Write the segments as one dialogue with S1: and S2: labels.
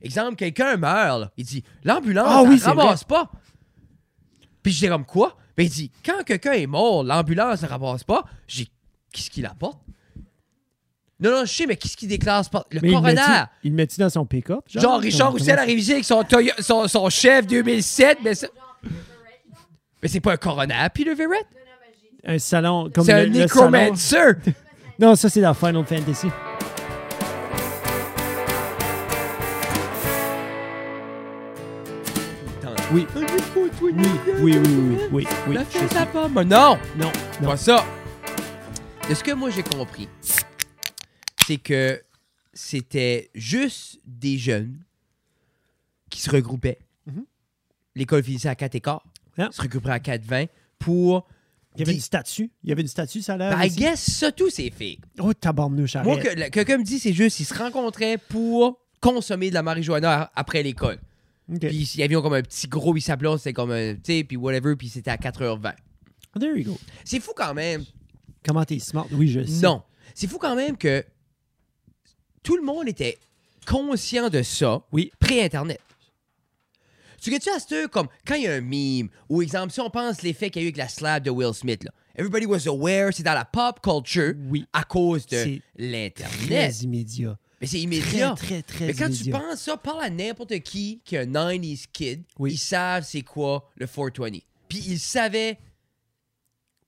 S1: Exemple, quelqu'un meurt, là. il dit l'ambulance,
S2: Ah oui,
S1: elle
S2: c'est
S1: ramasse pas. Puis je dis comme quoi? Ben, il dit quand quelqu'un est mort, l'ambulance ne ramasse pas. J'ai qu'est-ce qu'il apporte? Non, non, je sais, mais qu'est-ce qu'il déclare? ce pas- Le
S2: Mais il le
S1: coroner!
S2: met-tu- il le met-tu dans son pick-up?
S1: Genre, Richard Roussel a révisé avec son, Toyo- son, son chef 2007, mais ça- Mais c'est pas un coroner, puis le Verrett?
S2: Un salon comme
S1: C'est un
S2: le- le salon.
S1: nécromancer!
S2: Non, ça, c'est dans Final Fantasy. Oui. Oui, oui, oui, oui, oui, oui.
S1: La
S2: je
S1: fête
S2: sais.
S1: à pomme. Non,
S2: Non, non.
S1: pas ça. De ce que moi j'ai compris, c'est que c'était juste des jeunes qui se regroupaient.
S2: Mhm.
S1: L'école finissait à 4 et quart,
S2: Ah.
S1: se regroupaient à 4h20 pour.
S2: Il y avait
S1: Dis-
S2: une statue. Il y avait une statue, ça a l'air.
S1: Ben, I
S2: ici.
S1: guess ça, tout, c'est fait.
S2: Oh, tabarnouche,
S1: Moi,
S2: arrête.
S1: que, la- quelqu'un me dit, c'est juste, ils se rencontraient pour consommer de la marijuana a- après l'école.
S2: OK.
S1: Puis il y avait comme un petit gros, ils s'appelaient, c'était comme un, tu sais, puis whatever, puis c'était à 4h20.
S2: Oh, There you go.
S1: C'est fou quand même.
S2: Comment t'es smart? Oui, je sais.
S1: Non. C'est fou quand même que tout le monde était conscient de ça
S2: Oui.
S1: pré-Internet. Tu que tu as ce comme quand il y a un meme, ou exemple, si on pense l'effet qu'il y a eu avec la slab de Will Smith, là. Everybody was aware, c'est dans la pop culture
S2: Oui.
S1: à cause de
S2: C'est Très
S1: l'Internet.
S2: immédiat.
S1: Mais c'est
S2: Très,
S1: immédiat.
S2: très, très
S1: Mais quand tu
S2: immédiat.
S1: penses ça, parle à n'importe qui qui est un 90s kid,
S2: Oui.
S1: ils savent c'est quoi le 420. Puis ils savaient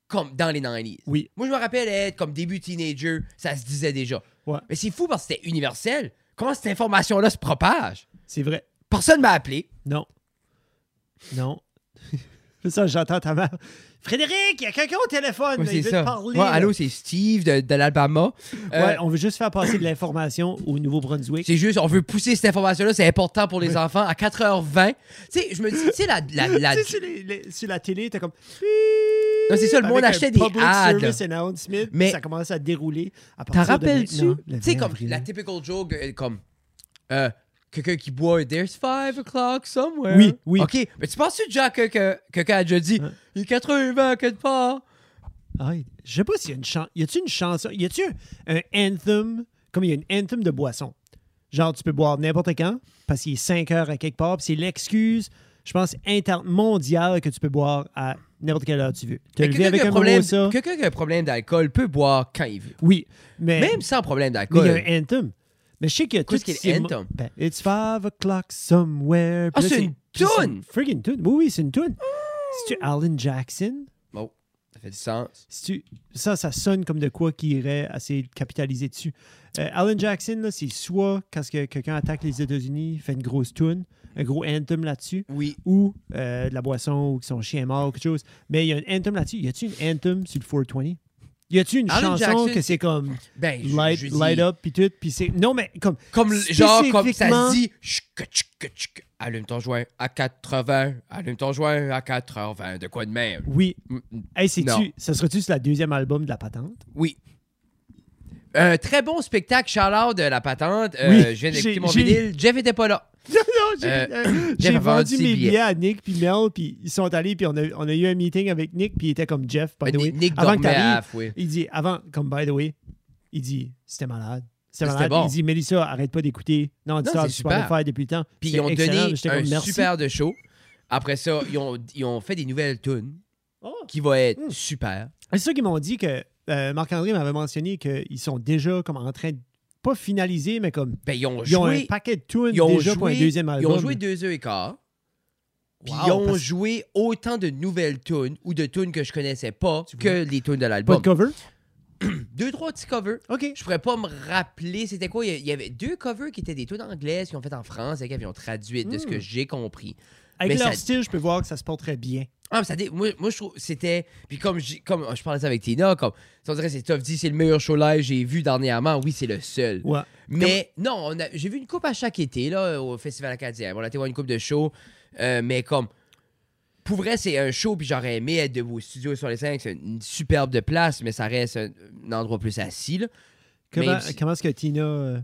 S1: comme dans les 90s.
S2: Oui.
S1: Moi, je me rappelle être comme début teenager, ça se disait déjà.
S2: Ouais.
S1: Mais c'est fou parce que c'était universel. Comment cette information-là se propage?
S2: C'est vrai.
S1: Personne m'a appelé.
S2: Non. Non. C'est ça, j'entends ta mère. Frédéric, il y a quelqu'un au téléphone.
S1: Ouais,
S2: là, il veut
S1: c'est
S2: te
S1: ça.
S2: parler.
S1: Ouais,
S2: là.
S1: allô, c'est Steve de, de l'Alabama. Euh,
S2: Ouais, on veut juste faire passer de l'information au Nouveau-Brunswick.
S1: C'est juste, on veut pousser cette information-là, c'est important pour les enfants. À 4h20, tu sais, je me dis, tu sais, la, la, la-
S2: Tu sais, sur, les- les- sur la télé, t'as comme.
S1: Non, c'est ça, le
S2: Avec
S1: monde
S2: un
S1: achetait des
S2: public
S1: ads,
S2: service announcement,
S1: Mais-
S2: ça commence à dérouler. à
S1: T'en
S2: partir de
S1: rappelles-tu?
S2: maintenant, le
S1: Tu sais,
S2: 20
S1: comme
S2: avril.
S1: la typical joke, euh, comme euh, quelqu'un qui boit un There's five o'clock somewhere.
S2: Oui, oui.
S1: OK, mais tu penses-tu déjà que que- quelqu'un a déjà dit
S2: Hein?
S1: Il est 80 à quelque part
S2: Ouais. Je sais pas s'il y a une chanson. Y a-tu une chanson? Y a-tu un, un anthem? Comme il y a une anthem de boisson. Genre, tu peux boire n'importe quand parce qu'il est 5 heures à quelque part. puis c'est l'excuse, je pense, inter mondiale que tu peux boire à n'importe quelle heure tu veux. Te
S1: Mais
S2: lever
S1: Quelqu'un qui
S2: avec
S1: a
S2: un
S1: un problème-
S2: mimosa.
S1: quelqu'un qui a un problème d'alcool peut boire quand il veut.
S2: Oui. Mais,
S1: Même sans problème
S2: mais il y
S1: d'alcool.
S2: a un anthem. Mais je sais qu'il y a tout
S1: Qu'est-ce qu'il y a
S2: ce qui est-
S1: anthem?
S2: Ben, It's 5 o'clock somewhere.
S1: Ah,
S2: Puis là,
S1: c'est une
S2: puis c'est
S1: toune!
S2: Friggin' tune. Oui, oui, c'est une tune. C'est-tu Alan Jackson?
S1: Bon, ça fait du sens.
S2: Si tu- Ça, ça sonne comme de quoi qui irait essayer de capitaliser dessus. Euh, Alan Jackson, là, c'est soit quand que quelqu'un attaque les États-Unis, fait une grosse tune, un gros anthem là-dessus,
S1: Oui.
S2: ou euh, de la boisson, ou que son chien est mort, ou quelque chose. Mais il y a un anthem là-dessus. Y a-tu une anthem sur le 420? Y a-tu une
S1: Alan
S2: chanson
S1: Jackson,
S2: que c'est comme
S1: Ben, je-
S2: light,
S1: je dis-
S2: light up, puis tout, puis c'est. Non, mais comme.
S1: Comme, le- genre, comme ça
S2: spécifiquement-
S1: se dit Chuk, chuk, chuk. Allume ton joint à 80, allume ton joint à 4h20, de quoi de même
S2: Oui.
S1: Mm, mm.
S2: Hey, c'est
S1: Non.
S2: tu Ça serait-tu sur la deuxième album de la patente?
S1: Oui. Un très bon spectacle, Charlotte de la patente. Euh,
S2: Oui,
S1: je viens
S2: j'ai-
S1: d'écouter mon
S2: j'ai-
S1: vinyle. Jeff était pas là.
S2: Non, non, j'ai,
S1: Euh,
S2: euh, j'ai
S1: Jeff a
S2: vendu
S1: vendu
S2: mes
S1: ses
S2: billets
S1: billets.
S2: à Nick puis Mel, puis ils sont allés, puis on a, on a eu un meeting avec Nick, puis il était comme Jeff, by the way.
S1: Nick, Nick
S2: Ah, ben avant que
S1: dormait à
S2: t'arrives,
S1: half, oui.
S2: il dit, avant, comme by the way, il dit, c'était malade. C'était
S1: C'était
S2: malade.
S1: bon.
S2: Il dit, Mélissa, arrête pas d'écouter. Non, tu
S1: Non,
S2: sors
S1: c'est
S2: du Spotify
S1: super.
S2: depuis le temps.
S1: Puis
S2: C'est
S1: ils ont
S2: excellent.
S1: donné
S2: J'étais
S1: un
S2: comme, merci.
S1: super de show. Après ça, ils ont, ils ont fait des nouvelles tunes
S2: Oh.
S1: qui vont être
S2: Mm.
S1: super.
S2: C'est ça qu'ils m'ont dit que euh, Marc-André m'avait mentionné qu'ils sont déjà comme en train de, pas finaliser, mais comme,
S1: Ben, ils ont
S2: ils ont un
S1: joué.
S2: paquet de tunes
S1: Ils ont,
S2: déjà
S1: joué
S2: pour un deuxième
S1: ils
S2: album.
S1: ont joué deux heures et quart. Puis
S2: Wow,
S1: ils ont
S2: parce-
S1: joué autant de nouvelles tunes ou de tunes que je connaissais pas
S2: Tu
S1: que les tunes de
S2: Pas
S1: l'album.
S2: de cover?
S1: Deux, trois petits covers.
S2: OK.
S1: Je pourrais pas me rappeler c'était quoi. Il y a- il y avait deux covers qui étaient des tunes anglaises qui ont fait en France et qui ont traduites de ce
S2: Hmm.
S1: que j'ai compris.
S2: Avec
S1: Mais
S2: leur
S1: ça-
S2: style, je peux voir que ça se porte très bien.
S1: Ah, mais ça dé- moi, moi, je trouve c'était puis comme je, comme ah, je parlais ça avec Tina comme si on dirait c'est top 10, c'est le meilleur show live que j'ai vu dernièrement. Oui, c'est le seul.
S2: Ouais.
S1: Mais non, on a- j'ai vu une coupe à chaque été là au festival acadien. On a été voir une coupe de show euh, mais comme pour vrai, c'est un show puis j'aurais aimé être debout au studio sur les cinq, c'est une superbe de place mais ça reste un, un endroit plus assis là.
S2: Comment,
S1: Même si-
S2: comment est-ce que Tina. euh,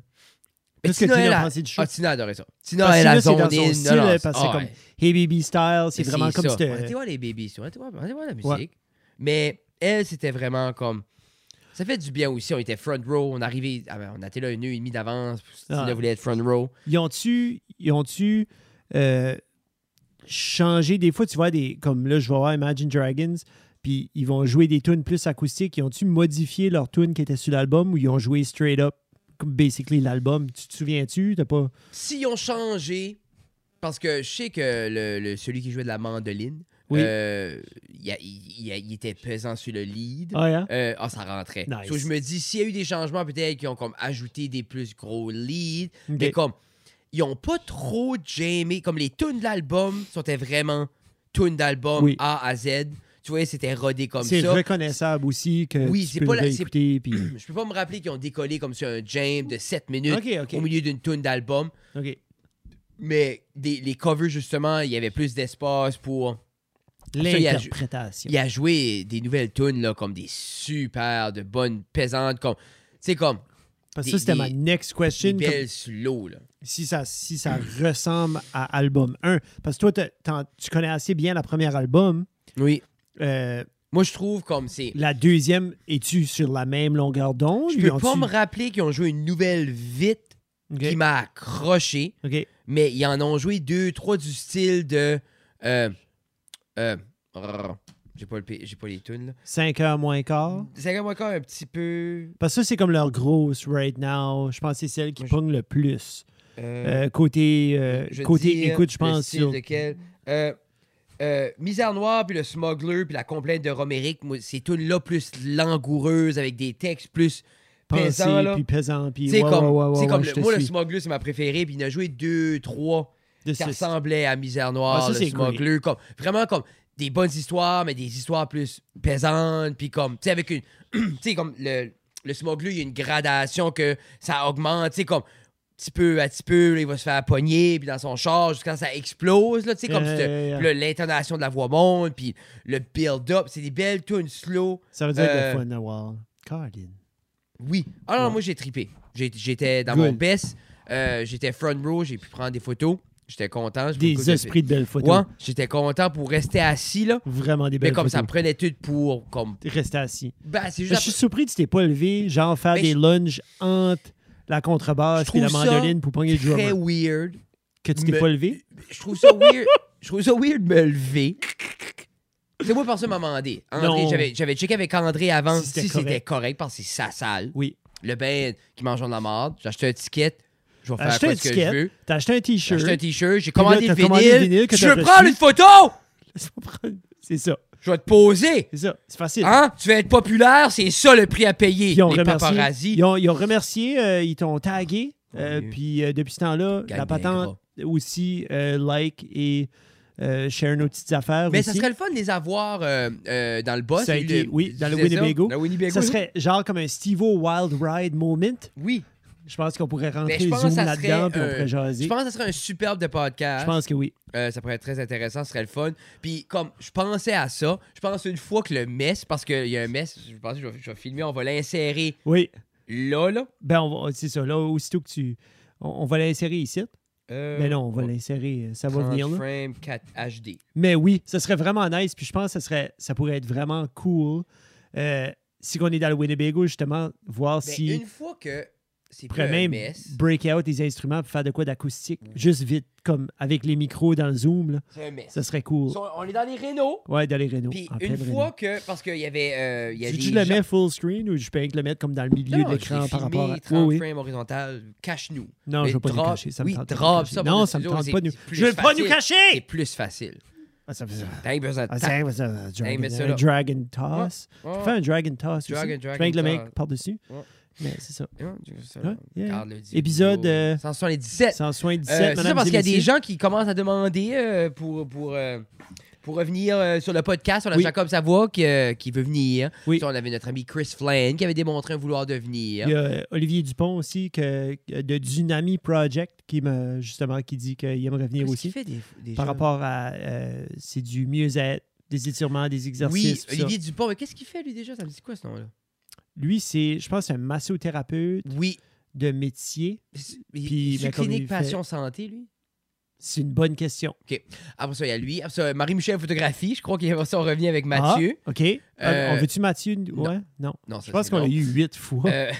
S1: Mais
S2: Qu'est-ce que
S1: Tina,
S2: Tina
S1: elle
S2: a
S1: a-
S2: pensé du show?
S1: Ah, Tina adorait ça. Tina
S2: Parce que
S1: elle
S2: là,
S1: a
S2: c'est dans
S1: zoné
S2: son
S1: in-
S2: style,
S1: non, non,
S2: hein, parce que c'est
S1: ah,
S2: comme
S1: ouais.
S2: Hey Baby Style, c'est vraiment comme
S1: ça.
S2: c'était-
S1: On était voir les babies, on était voir, on était voir la musique. Mais elle, c'était vraiment comme. Ça fait du bien aussi. On était front row. On arrivait, ah ben, on était là une heure et demie d'avance. Si
S2: Ah.
S1: là, voulait être front row.
S2: Ils ont-tu ils ont-tu, euh, changé des fois tu vois des comme là je vais voir Imagine Dragons puis ils vont jouer des tunes plus acoustiques ils ont-tu modifié leur tune qui était sur l'album ou ils ont joué straight up comme basically l'album tu te souviens-tu t'as pas
S1: S'ils ont changé, parce que je sais que le, le- celui qui jouait de la mandoline,
S2: Oui.
S1: euh, il, a- il- il a- il était pesant sur le lead.
S2: ah, hein?
S1: Euh, ah, ça rentrait.
S2: Nice.
S1: So, je me dis, s'il y a eu des changements, peut-être qu'ils ont comme ajouté des plus gros leads.
S2: Ok.
S1: Mais comme, ils ont pas trop jamé. Comme les tunes de l'album c'était vraiment tunes d'album
S2: Oui.
S1: A à Z. Tu vois, c'était rodé comme
S2: c'est
S1: ça.
S2: reconnaissable aussi que
S1: Oui, c'est
S2: tu peux
S1: pas
S2: le
S1: la- c'est-
S2: réécouter puis
S1: Je peux pas me rappeler qu'ils ont décollé comme sur un jam de 7 minutes
S2: ok ok
S1: au milieu d'une tune d'album.
S2: ok
S1: Mais des- les covers, justement, il y avait plus d'espace pour il y a-
S2: l'interprétation
S1: Il a joué des nouvelles tunes, là, comme des super, de bonnes, pesantes, comme... Tu sais, comme
S2: parce que
S1: des-
S2: ça c'était
S1: des-
S2: ma next
S1: des
S2: question comme-
S1: belles slow, là.
S2: si ça, si ça ressemble à album 1. Parce que toi, t'as- t'en- tu connais assez bien la première album.
S1: Oui.
S2: Euh,
S1: Moi, je trouve comme c'est...
S2: la deuxième, es-tu sur la même longueur d'onde?
S1: Je
S2: Ils
S1: peux
S2: ont-tu-
S1: pas me rappeler qu'ils ont joué une nouvelle vite
S2: Ok,
S1: qui m'a accroché,
S2: ok.
S1: mais ils en ont joué deux, trois du style de... Euh, euh, brrr, j'ai pas, le p- j'ai pas les tunes, là.
S2: 5 heures moins quart.
S1: Ça gagne encore un petit peu...
S2: Parce que ça, c'est comme leur grosse right now. Je pense que c'est celle qui
S1: Moi, je-
S2: pogne le plus.
S1: euh,
S2: Euh, côté euh,
S1: Je
S2: côté
S1: dis, euh,
S2: écoute, je
S1: Le
S2: pense.
S1: style
S2: sur-
S1: lequel, euh, euh, Misère Noire, puis le Smuggler, puis la complainte de Roméric, moi, ces tunes-là plus langoureuses, avec des textes plus
S2: pensée,
S1: pesants. là.
S2: puis pesant, puis
S1: C'est
S2: ouais,
S1: comme,
S2: ouais, ouais,
S1: c'est
S2: ouais,
S1: comme
S2: je
S1: le-
S2: te
S1: moi, le
S2: suis.
S1: Smuggler, c'est ma préférée, puis il en a joué deux, trois
S2: De
S1: qui
S2: ce-
S1: ressemblaient à Misère Noire,
S2: Ah, ça,
S1: le
S2: c'est great.
S1: Smuggler. Comme, vraiment comme des bonnes histoires, mais des histoires plus pesantes, puis comme, tu sais, avec une. tu sais, comme le, le Smuggler, il y a une gradation que ça augmente, tu sais, comme petit peu à petit peu, là, il va se faire pogner, puis dans son char, jusqu'à ce que ça explose, là, tu sais, comme
S2: Yeah,
S1: ce-
S2: Euh, yeah, yeah.
S1: puis là, l'intonation de la voix monte, puis le build-up, c'est des belles tunes slow.
S2: Ça veut dire que
S1: Euh,
S2: le fun à voir. Caroline.
S1: Oui. Ah non,
S2: Ouais.
S1: moi j'ai trippé. J'ai- J'étais dans
S2: Good.
S1: mon best, euh, j'étais front row, j'ai pu prendre des photos, j'étais content. j'ai pris une couple
S2: Des
S1: de-
S2: esprits de belles photos.
S1: Ouais, j'étais content pour rester assis, là,
S2: Vraiment des
S1: mais
S2: belles
S1: comme
S2: photos.
S1: ça me prenait tout pour, comme...
S2: Rester assis.
S1: Ben, c'est
S2: Je suis
S1: juste...
S2: surpris que tu t'es pas levé, genre faire
S1: Mais
S2: des
S1: je-
S2: lunges entre la
S1: Je
S2: contrebasse et
S1: trouve
S2: la
S1: ça
S2: mandoline pour pogner le
S1: après- Très
S2: drummer.
S1: weird.
S2: Que tu t'es
S1: mais-
S2: pas levé?
S1: Je trouve ça weird. Je trouve ça weird de me lever. C'est moi personne m'a demandé. André,
S2: Non.
S1: j'avais- j'avais checké avec André avant
S2: Si c'était
S1: si c'était
S2: correct.
S1: correct parce que c'est sa salle.
S2: Oui.
S1: Le bain qui mange de la marde. J'ai acheté un ticket. Je vais faire
S2: Acheter
S1: quoi
S2: un
S1: ce que je veux.
S2: ticket, t'as acheté un
S1: J'ai
S2: t-shirt.
S1: acheté un t-shirt, j'ai
S2: là,
S1: commandé
S2: t'as
S1: le
S2: commandé le
S1: vinyle.
S2: vinyle que
S1: Je
S2: t'as
S1: veux
S2: reçu.
S1: prendre une photo!
S2: C'est ça,
S1: Je vais te poser.
S2: c'est ça, c'est facile.
S1: Hein? Tu vas être populaire, c'est ça le prix à payer.
S2: Ils ont
S1: les
S2: remercié,
S1: paparazzis.
S2: ils ont, ils ont remercié, euh, ils t'ont tagué. euh,
S1: Tant mieux.
S2: puis euh, depuis ce temps-là,
S1: Oh Gagne
S2: la
S1: des
S2: patente aussi, euh, like et euh, share nos petites affaires
S1: Mais
S2: aussi.
S1: ça serait le fun de les avoir euh, euh, dans le boss.
S2: Ça a
S1: lui,
S2: été-
S1: le-
S2: oui, dans le
S1: tu disais ça?
S2: Winnebago.
S1: Dans le Winnebago.
S2: Ça
S1: oui.
S2: serait genre comme un Steve-O Wild Ride moment.
S1: Oui.
S2: Je pense qu'on pourrait rentrer
S1: je pense
S2: Zoom
S1: que ça serait,
S2: là-dedans puis on
S1: euh,
S2: pourrait jaser.
S1: Je pense que ça serait un superbe de podcast.
S2: Je pense que oui.
S1: Euh, ça pourrait être très intéressant, ce serait le fun. Puis comme je pensais à ça, je pense une fois que le mess, parce qu'il y a un mess, je pense que je vais, je vais filmer, on va l'insérer
S2: Oui.
S1: là, là.
S2: Ben, on va- c'est ça. Là, aussitôt que tu. On, on va l'insérer ici.
S1: Euh,
S2: Mais non, on va l'insérer. euh, Ça va
S1: 30
S2: venir là.
S1: frame 4 HD.
S2: Mais oui, ça serait vraiment nice. Puis je pense que ça, serait, ça pourrait être vraiment cool. Euh, si on est dans le Winnebago, justement, voir
S1: Mais
S2: si
S1: Ben, une fois que c'est
S2: on
S1: plus un
S2: pourrait même
S1: mess,
S2: break out les instruments pour faire de quoi d'acoustique. Juste vite, comme avec les micros dans le Zoom. Là.
S1: c'est un mess.
S2: Ça serait cool.
S1: So, on est dans les rénaux.
S2: Ouais, dans les rénaux.
S1: Puis
S2: en pleine
S1: une
S2: réno.
S1: fois que, parce qu'il y avait, euh, il y a
S2: Si
S1: des
S2: tu le
S1: gens-
S2: mets full screen ou je peux rien que le mettre comme dans le milieu
S1: Non,
S2: de
S1: je
S2: l'écran
S1: l'ai
S2: par
S1: filmé,
S2: rapport à.
S1: 30
S2: Oui, oui.
S1: frames horizontales, cache-nous.
S2: Non,
S1: Mais
S2: je veux pas nous
S1: drop-
S2: cacher. Ça me
S1: oui,
S2: tente pas de
S1: drop
S2: nous cacher.
S1: ça pour
S2: Non,
S1: le
S2: ça me
S1: studio,
S2: tente
S1: c'est-
S2: pas de nous.
S1: c'est plus
S2: Je veux pas nous
S1: facile. C'est
S2: cacher!
S1: plus facile.
S2: Ah, ça fait-
S1: T'as rien besoin de
S2: Ah,
S1: temps.
S2: c'est- c'est un
S1: Hey,
S2: dragon,
S1: mais ça,
S2: un
S1: là.
S2: dragon toss.
S1: Ouais,
S2: Tu peux faire un dragon toss aussi.
S1: Dragon-
S2: Tu peux
S1: dragon
S2: mettre le
S1: toss.
S2: mec par-dessus.
S1: Ouais. Euh,
S2: Mais c'est ça.
S1: ouais, je- ça,
S2: Ouais, yeah.
S1: regarde le diplôme.
S2: Épisode, euh,
S1: 177.
S2: Sans soin
S1: Euh,
S2: 17,
S1: c'est ça
S2: mesdames
S1: parce
S2: et
S1: qu'il y a des
S2: messieurs.
S1: gens qui commencent à demander euh, pour, pour, euh, pour revenir euh, sur le podcast. On a
S2: Oui.
S1: Jacob Savoie qui, euh, qui veut venir.
S2: Oui.
S1: Puis on avait notre ami Chris Flynn qui avait démontré un vouloir de venir.
S2: Il y a euh, Olivier Dupont aussi que, de Dynami Project qui me justement qui dit qu'il aimerait venir
S1: Qu'est-ce qu'il
S2: aussi
S1: fait des, des
S2: par
S1: gens?
S2: rapport à euh, c'est du mieux-être, des étirements, des
S1: Oui,
S2: exercices. tout ça.
S1: Olivier Dupont. Mais qu'est-ce qu'il fait lui déjà Ça me dit quoi ce nom-là
S2: Lui c'est je pense un massothérapeute
S1: Oui.
S2: de métier.
S1: Puis,
S2: Puis,
S1: il est
S2: ben, comme
S1: clinique
S2: il fait-
S1: Passion Santé, lui
S2: C'est une bonne question.
S1: OK. Après Ah, ça, il y a lui. Après ça, Marie-Michel Photographie. Je crois qu'il va ça, on revient avec Mathieu.
S2: Ah, OK. Ah,
S1: Euh,
S2: on veut-tu Mathieu? Ouais? Non.
S1: Non, ça,
S2: Je pense
S1: c'est
S2: qu'on
S1: non.
S2: l'a eu huit fois.
S1: Euh,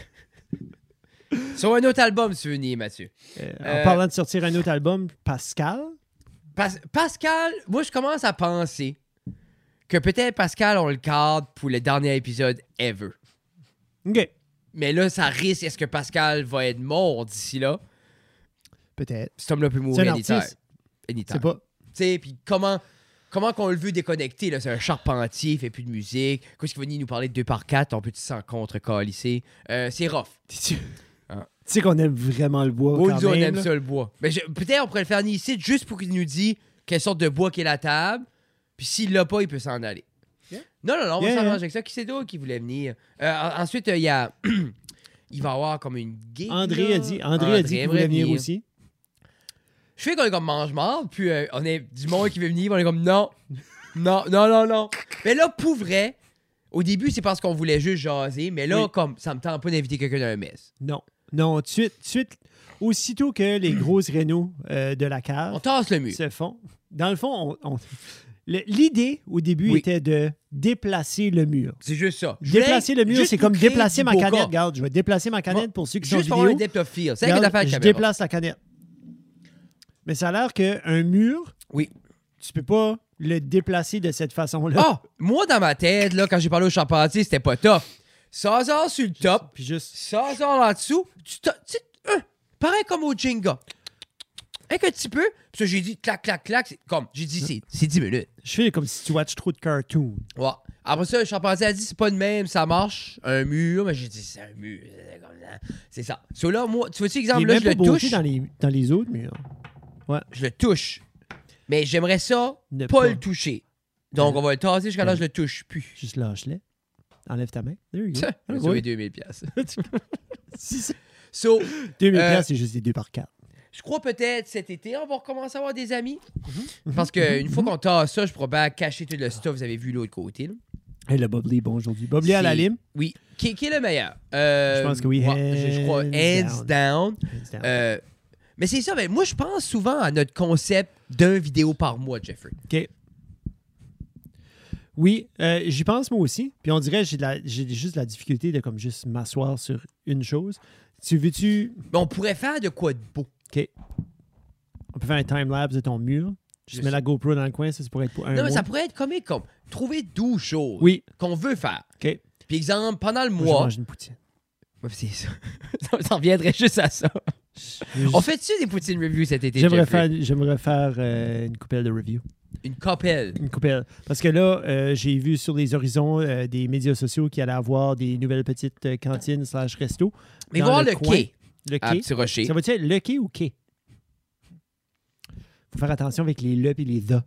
S1: Sur un autre album, souvenir, Mathieu.
S2: Euh,
S1: euh,
S2: en parlant de sortir un autre album, Pascal.
S1: Pas- Pascal, moi, je commence à penser que peut-être Pascal, on le cadre pour le dernier épisode ever.
S2: OK.
S1: Mais là, ça risque. Est-ce que Pascal va être mort d'ici là?
S2: Peut-être.
S1: Cet homme-là peut
S2: C'est
S1: mourir
S2: un
S1: anytime.
S2: artiste.
S1: Anytime.
S2: C'est pas.
S1: Tu sais, puis comment comment qu'on le veut déconnecter là, c'est un charpentier, il fait plus de musique. Qu'est-ce qu'il va venir nous parler de 2 par 4 on peut s'en contre calisser. c'est rough.
S2: Tu
S1: Ah.
S2: tu sais qu'on aime vraiment le bois.
S1: Oh,
S2: quand
S1: nous, on
S2: même,
S1: aime
S2: là.
S1: ça le bois. Mais je- peut-être on pourrait le faire venir ici juste pour qu'il nous dise quelle sorte de bois qu'est la table. Puis s'il l'a pas, il peut s'en aller.
S2: Yeah.
S1: Non, non, non, on
S2: Yeah,
S1: va
S2: yeah.
S1: s'arranger avec ça. Qui c'est d'autre qui voulait venir? Euh, en- ensuite, euh, il y a. il va y avoir comme une gig.
S2: André
S1: là.
S2: a dit, André a dit qu'il
S1: aimerait
S2: voulait venir aussi.
S1: Je sais qu'on est comme mange-marde, puis euh, on est du monde qui veut venir, puis on est comme non, non, non, non, non. Mais là, pour vrai, au début, c'est parce qu'on voulait juste jaser, mais là,
S2: Oui.
S1: comme ça me tente pas d'inviter quelqu'un d'un mess.
S2: Non. Non, tout de suite, tout de suite, aussitôt que les grosses rénaux euh, de la cave
S1: On tasse le mur.
S2: se font, dans le fond, on- on- le- l'idée au début
S1: Oui.
S2: était de déplacer le mur.
S1: C'est juste ça. Je voulais
S2: Déplacer le mur,
S1: juste
S2: c'est
S1: pour
S2: comme
S1: créer
S2: déplacer
S1: du
S2: ma
S1: bokeh.
S2: canette. Regarde, je vais déplacer ma canette pour ceux qui sont
S1: Juste pour avoir
S2: vidéo.
S1: un depth of field. C'est la
S2: Regarde,
S1: affaire avec
S2: je
S1: la caméra.
S2: déplace la canette. Mais ça a l'air qu'un mur,
S1: Oui.
S2: tu peux pas le déplacer de cette façon-là.
S1: Ah, moi, dans ma tête, là, quand j'ai parlé au charpentier, c'était pas top. Sazor sur le top,
S2: Puis juste,
S1: sazor en dessous, tu t'as- tu- hein, pareil comme au Jenga. Un petit peu. Puis ça, j'ai dit clac, clac, clac. c'est Comme, j'ai dit, c'est- c'est 10 minutes.
S2: je fais comme si tu watches trop de cartoons.
S1: Ouais. Après ça, le charpentier a dit c'est pas de même, ça marche. Un mur, mais j'ai dit c'est un mur. c'est comme ça. C'est ça. So là, moi, tu vois-tu, exemple,
S2: Il
S1: là,
S2: est
S1: je
S2: même
S1: le
S2: pas beauté
S1: touche.
S2: dans les, dans les autres murs.
S1: Je le touche. Mais j'aimerais ça,
S2: Ne
S1: pas,
S2: pas. Hein?
S1: le toucher. Donc, on va le tasser jusqu'à là, je le touche plus.
S2: Juste lâche-les. Enlève ta main. There you go.
S1: Ça,
S2: Ah,
S1: j'ai
S2: ouais.
S1: sauvé 2000 pièces.
S2: Si c'est-
S1: So,
S2: 2000
S1: Euh,
S2: piastres, c'est juste des 2 par 4.
S1: je crois peut-être cet été, on va recommencer à avoir des amis.
S2: Mm-hmm.
S1: Parce qu'une fois qu'on tasse ça, je pourrais bien cacher tout le
S2: Ah.
S1: stuff que vous avez vu de l'autre côté. là.
S2: Hey, le Bob Lee est bon aujourd'hui. Bob Lee à la
S1: C'est-
S2: lime.
S1: Oui. Qui, qui est le meilleur? Euh,
S2: Je pense que oui,
S1: ouais, je, je crois,
S2: hands Ah.
S1: hands down. Euh, mais c'est ça, ben, moi je pense souvent à notre concept d'un vidéo par mois, Jeffrey.
S2: OK. Oui, euh, j'y pense moi aussi. Puis on dirait que j'ai de la- j'ai juste de la difficulté de comme juste m'asseoir sur une chose. Tu veux-tu...
S1: Mais on pourrait faire de quoi de beau.
S2: On peut faire un time-lapse de ton mur. Je
S1: Je
S2: mets
S1: sais.
S2: la GoPro dans le coin, ça, ça pourrait être pour un
S1: non, mais
S2: mois.
S1: ça pourrait être comique comme trouver 12 choses
S2: Oui,
S1: qu'on veut faire.
S2: OK.
S1: Puis exemple, pendant le
S2: Moi, je
S1: mois.
S2: mange une poutine.
S1: Ouais, c'est ça. J'en reviendrais juste à ça.
S2: Je-
S1: On fait-tu des poutine reviews cet été?
S2: J'aimerais
S1: Jeffrey?
S2: faire, j'aimerais faire euh, une coupelle de review.
S1: une coppelle.
S2: Une coupelle. Parce que là, euh, j'ai vu sur les horizons euh, des médias sociaux qu'il allait avoir des nouvelles petites euh, cantines slash resto.
S1: Mais
S2: Dans
S1: voir
S2: le
S1: le
S2: coin.
S1: quai
S2: Le
S1: à
S2: quai.
S1: Petit Rocher.
S2: Ça va-tu être le quai ou quai? Faut faire attention avec les le et les the.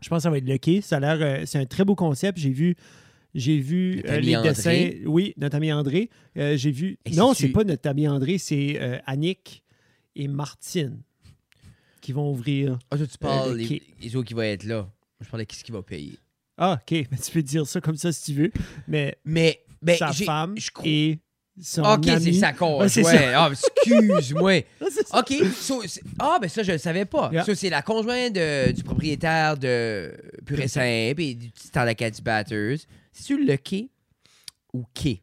S2: Je pense que ça va être le quai. Ça a l'air, euh, c'est un très beau concept. J'ai vu, j'ai vu
S1: Notre
S2: euh,
S1: ami
S2: les
S1: André.
S2: dessins. Oui, notre ami André. Euh, j'ai vu.
S1: Et
S2: non,
S1: si
S2: c'est
S1: tu-
S2: pas notre ami André, c'est euh, Annick et Martine qui vont ouvrir.
S1: Ah, toi, tu parles
S2: Euh, le
S1: les,
S2: quai.
S1: les autres qui vont être là. Moi, je parlais qui ce qui va payer.
S2: Ah, ok. Mais tu peux dire ça comme ça si tu veux. Mais
S1: Mais, ben,
S2: sa
S1: j'ai-
S2: femme
S1: je crois- Ah,
S2: et son
S1: Ok, c'est
S2: ami-
S1: sa coche.
S2: Ouais, c'est
S1: ouais. Ah, excuse-moi.
S2: Ah, c'est ça.
S1: OK. so, c'est- ah, ben ça, je le savais pas.
S2: Yeah.
S1: So, c'est la conjointe de- du propriétaire de Pur et Simple et du petit temps du Batters. C'est-tu le quai ou quai?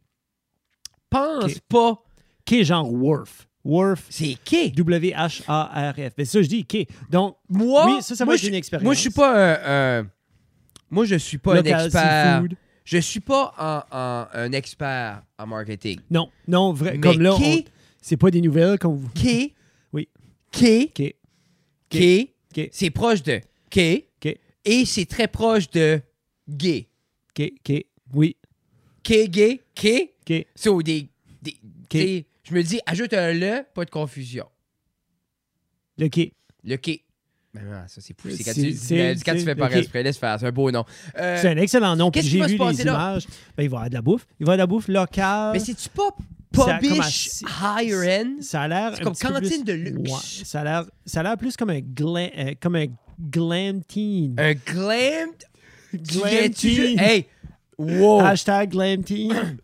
S1: Pense
S2: Quai.
S1: pas.
S2: Quai genre Worf. Worf.
S1: C'est quai.
S2: W-H-A-R-F. Mais ça, je dis quai. Donc,
S1: Moi,
S2: Oui, ça, ça va
S1: moi,
S2: être
S1: je-
S2: une expérience.
S1: Moi, je suis pas un... un- moi, je suis pas un
S2: local,
S1: expert.
S2: seafood.
S1: Je suis pas un, un- un expert en marketing.
S2: Non, non, vrai.
S1: Mais
S2: comme là, on-
S1: quai-
S2: c'est pas des nouvelles qu'on vous.
S1: Quai.
S2: Oui.
S1: Quai.
S2: Quai.
S1: Quai.
S2: Quai.
S1: C'est proche de quai.
S2: Quai.
S1: Et c'est très proche de gay.
S2: Quai, quai. Oui,
S1: Quai, gay, quai.
S2: quai.
S1: So, des. des
S2: Quai.
S1: des- Je me dis, ajoute un le, pas de confusion.
S2: Le quai.
S1: Le quai. Ben non, ça, c'est poussé. Quand,
S2: C'est-
S1: tu,
S2: c'est-
S1: ben, quand tu
S2: c'est-
S1: fais par
S2: ok.
S1: esprit, laisse faire. C'est un beau nom. Euh,
S2: C'est un excellent nom. Puis
S1: qu'est-ce qui
S2: j'ai
S1: va
S2: vu
S1: se passer
S2: les
S1: là?
S2: images. Ben, il va y avoir de la bouffe. Il va y avoir de la bouffe locale.
S1: mais c'est-tu pas
S2: Ça a comme
S1: pobish,
S2: un-
S1: higher end?
S2: ça a l'air.
S1: c'est
S2: un
S1: comme
S2: petit peu
S1: cantine
S2: plus-
S1: de luxe.
S2: Ouais. Ça a l'air. Ça a l'air plus comme un glam, euh, comme un glam teen.
S1: Un glam.
S2: Glam
S1: Viens-tu-
S2: teen.
S1: Hey! Wow!
S2: Hashtag glam teen.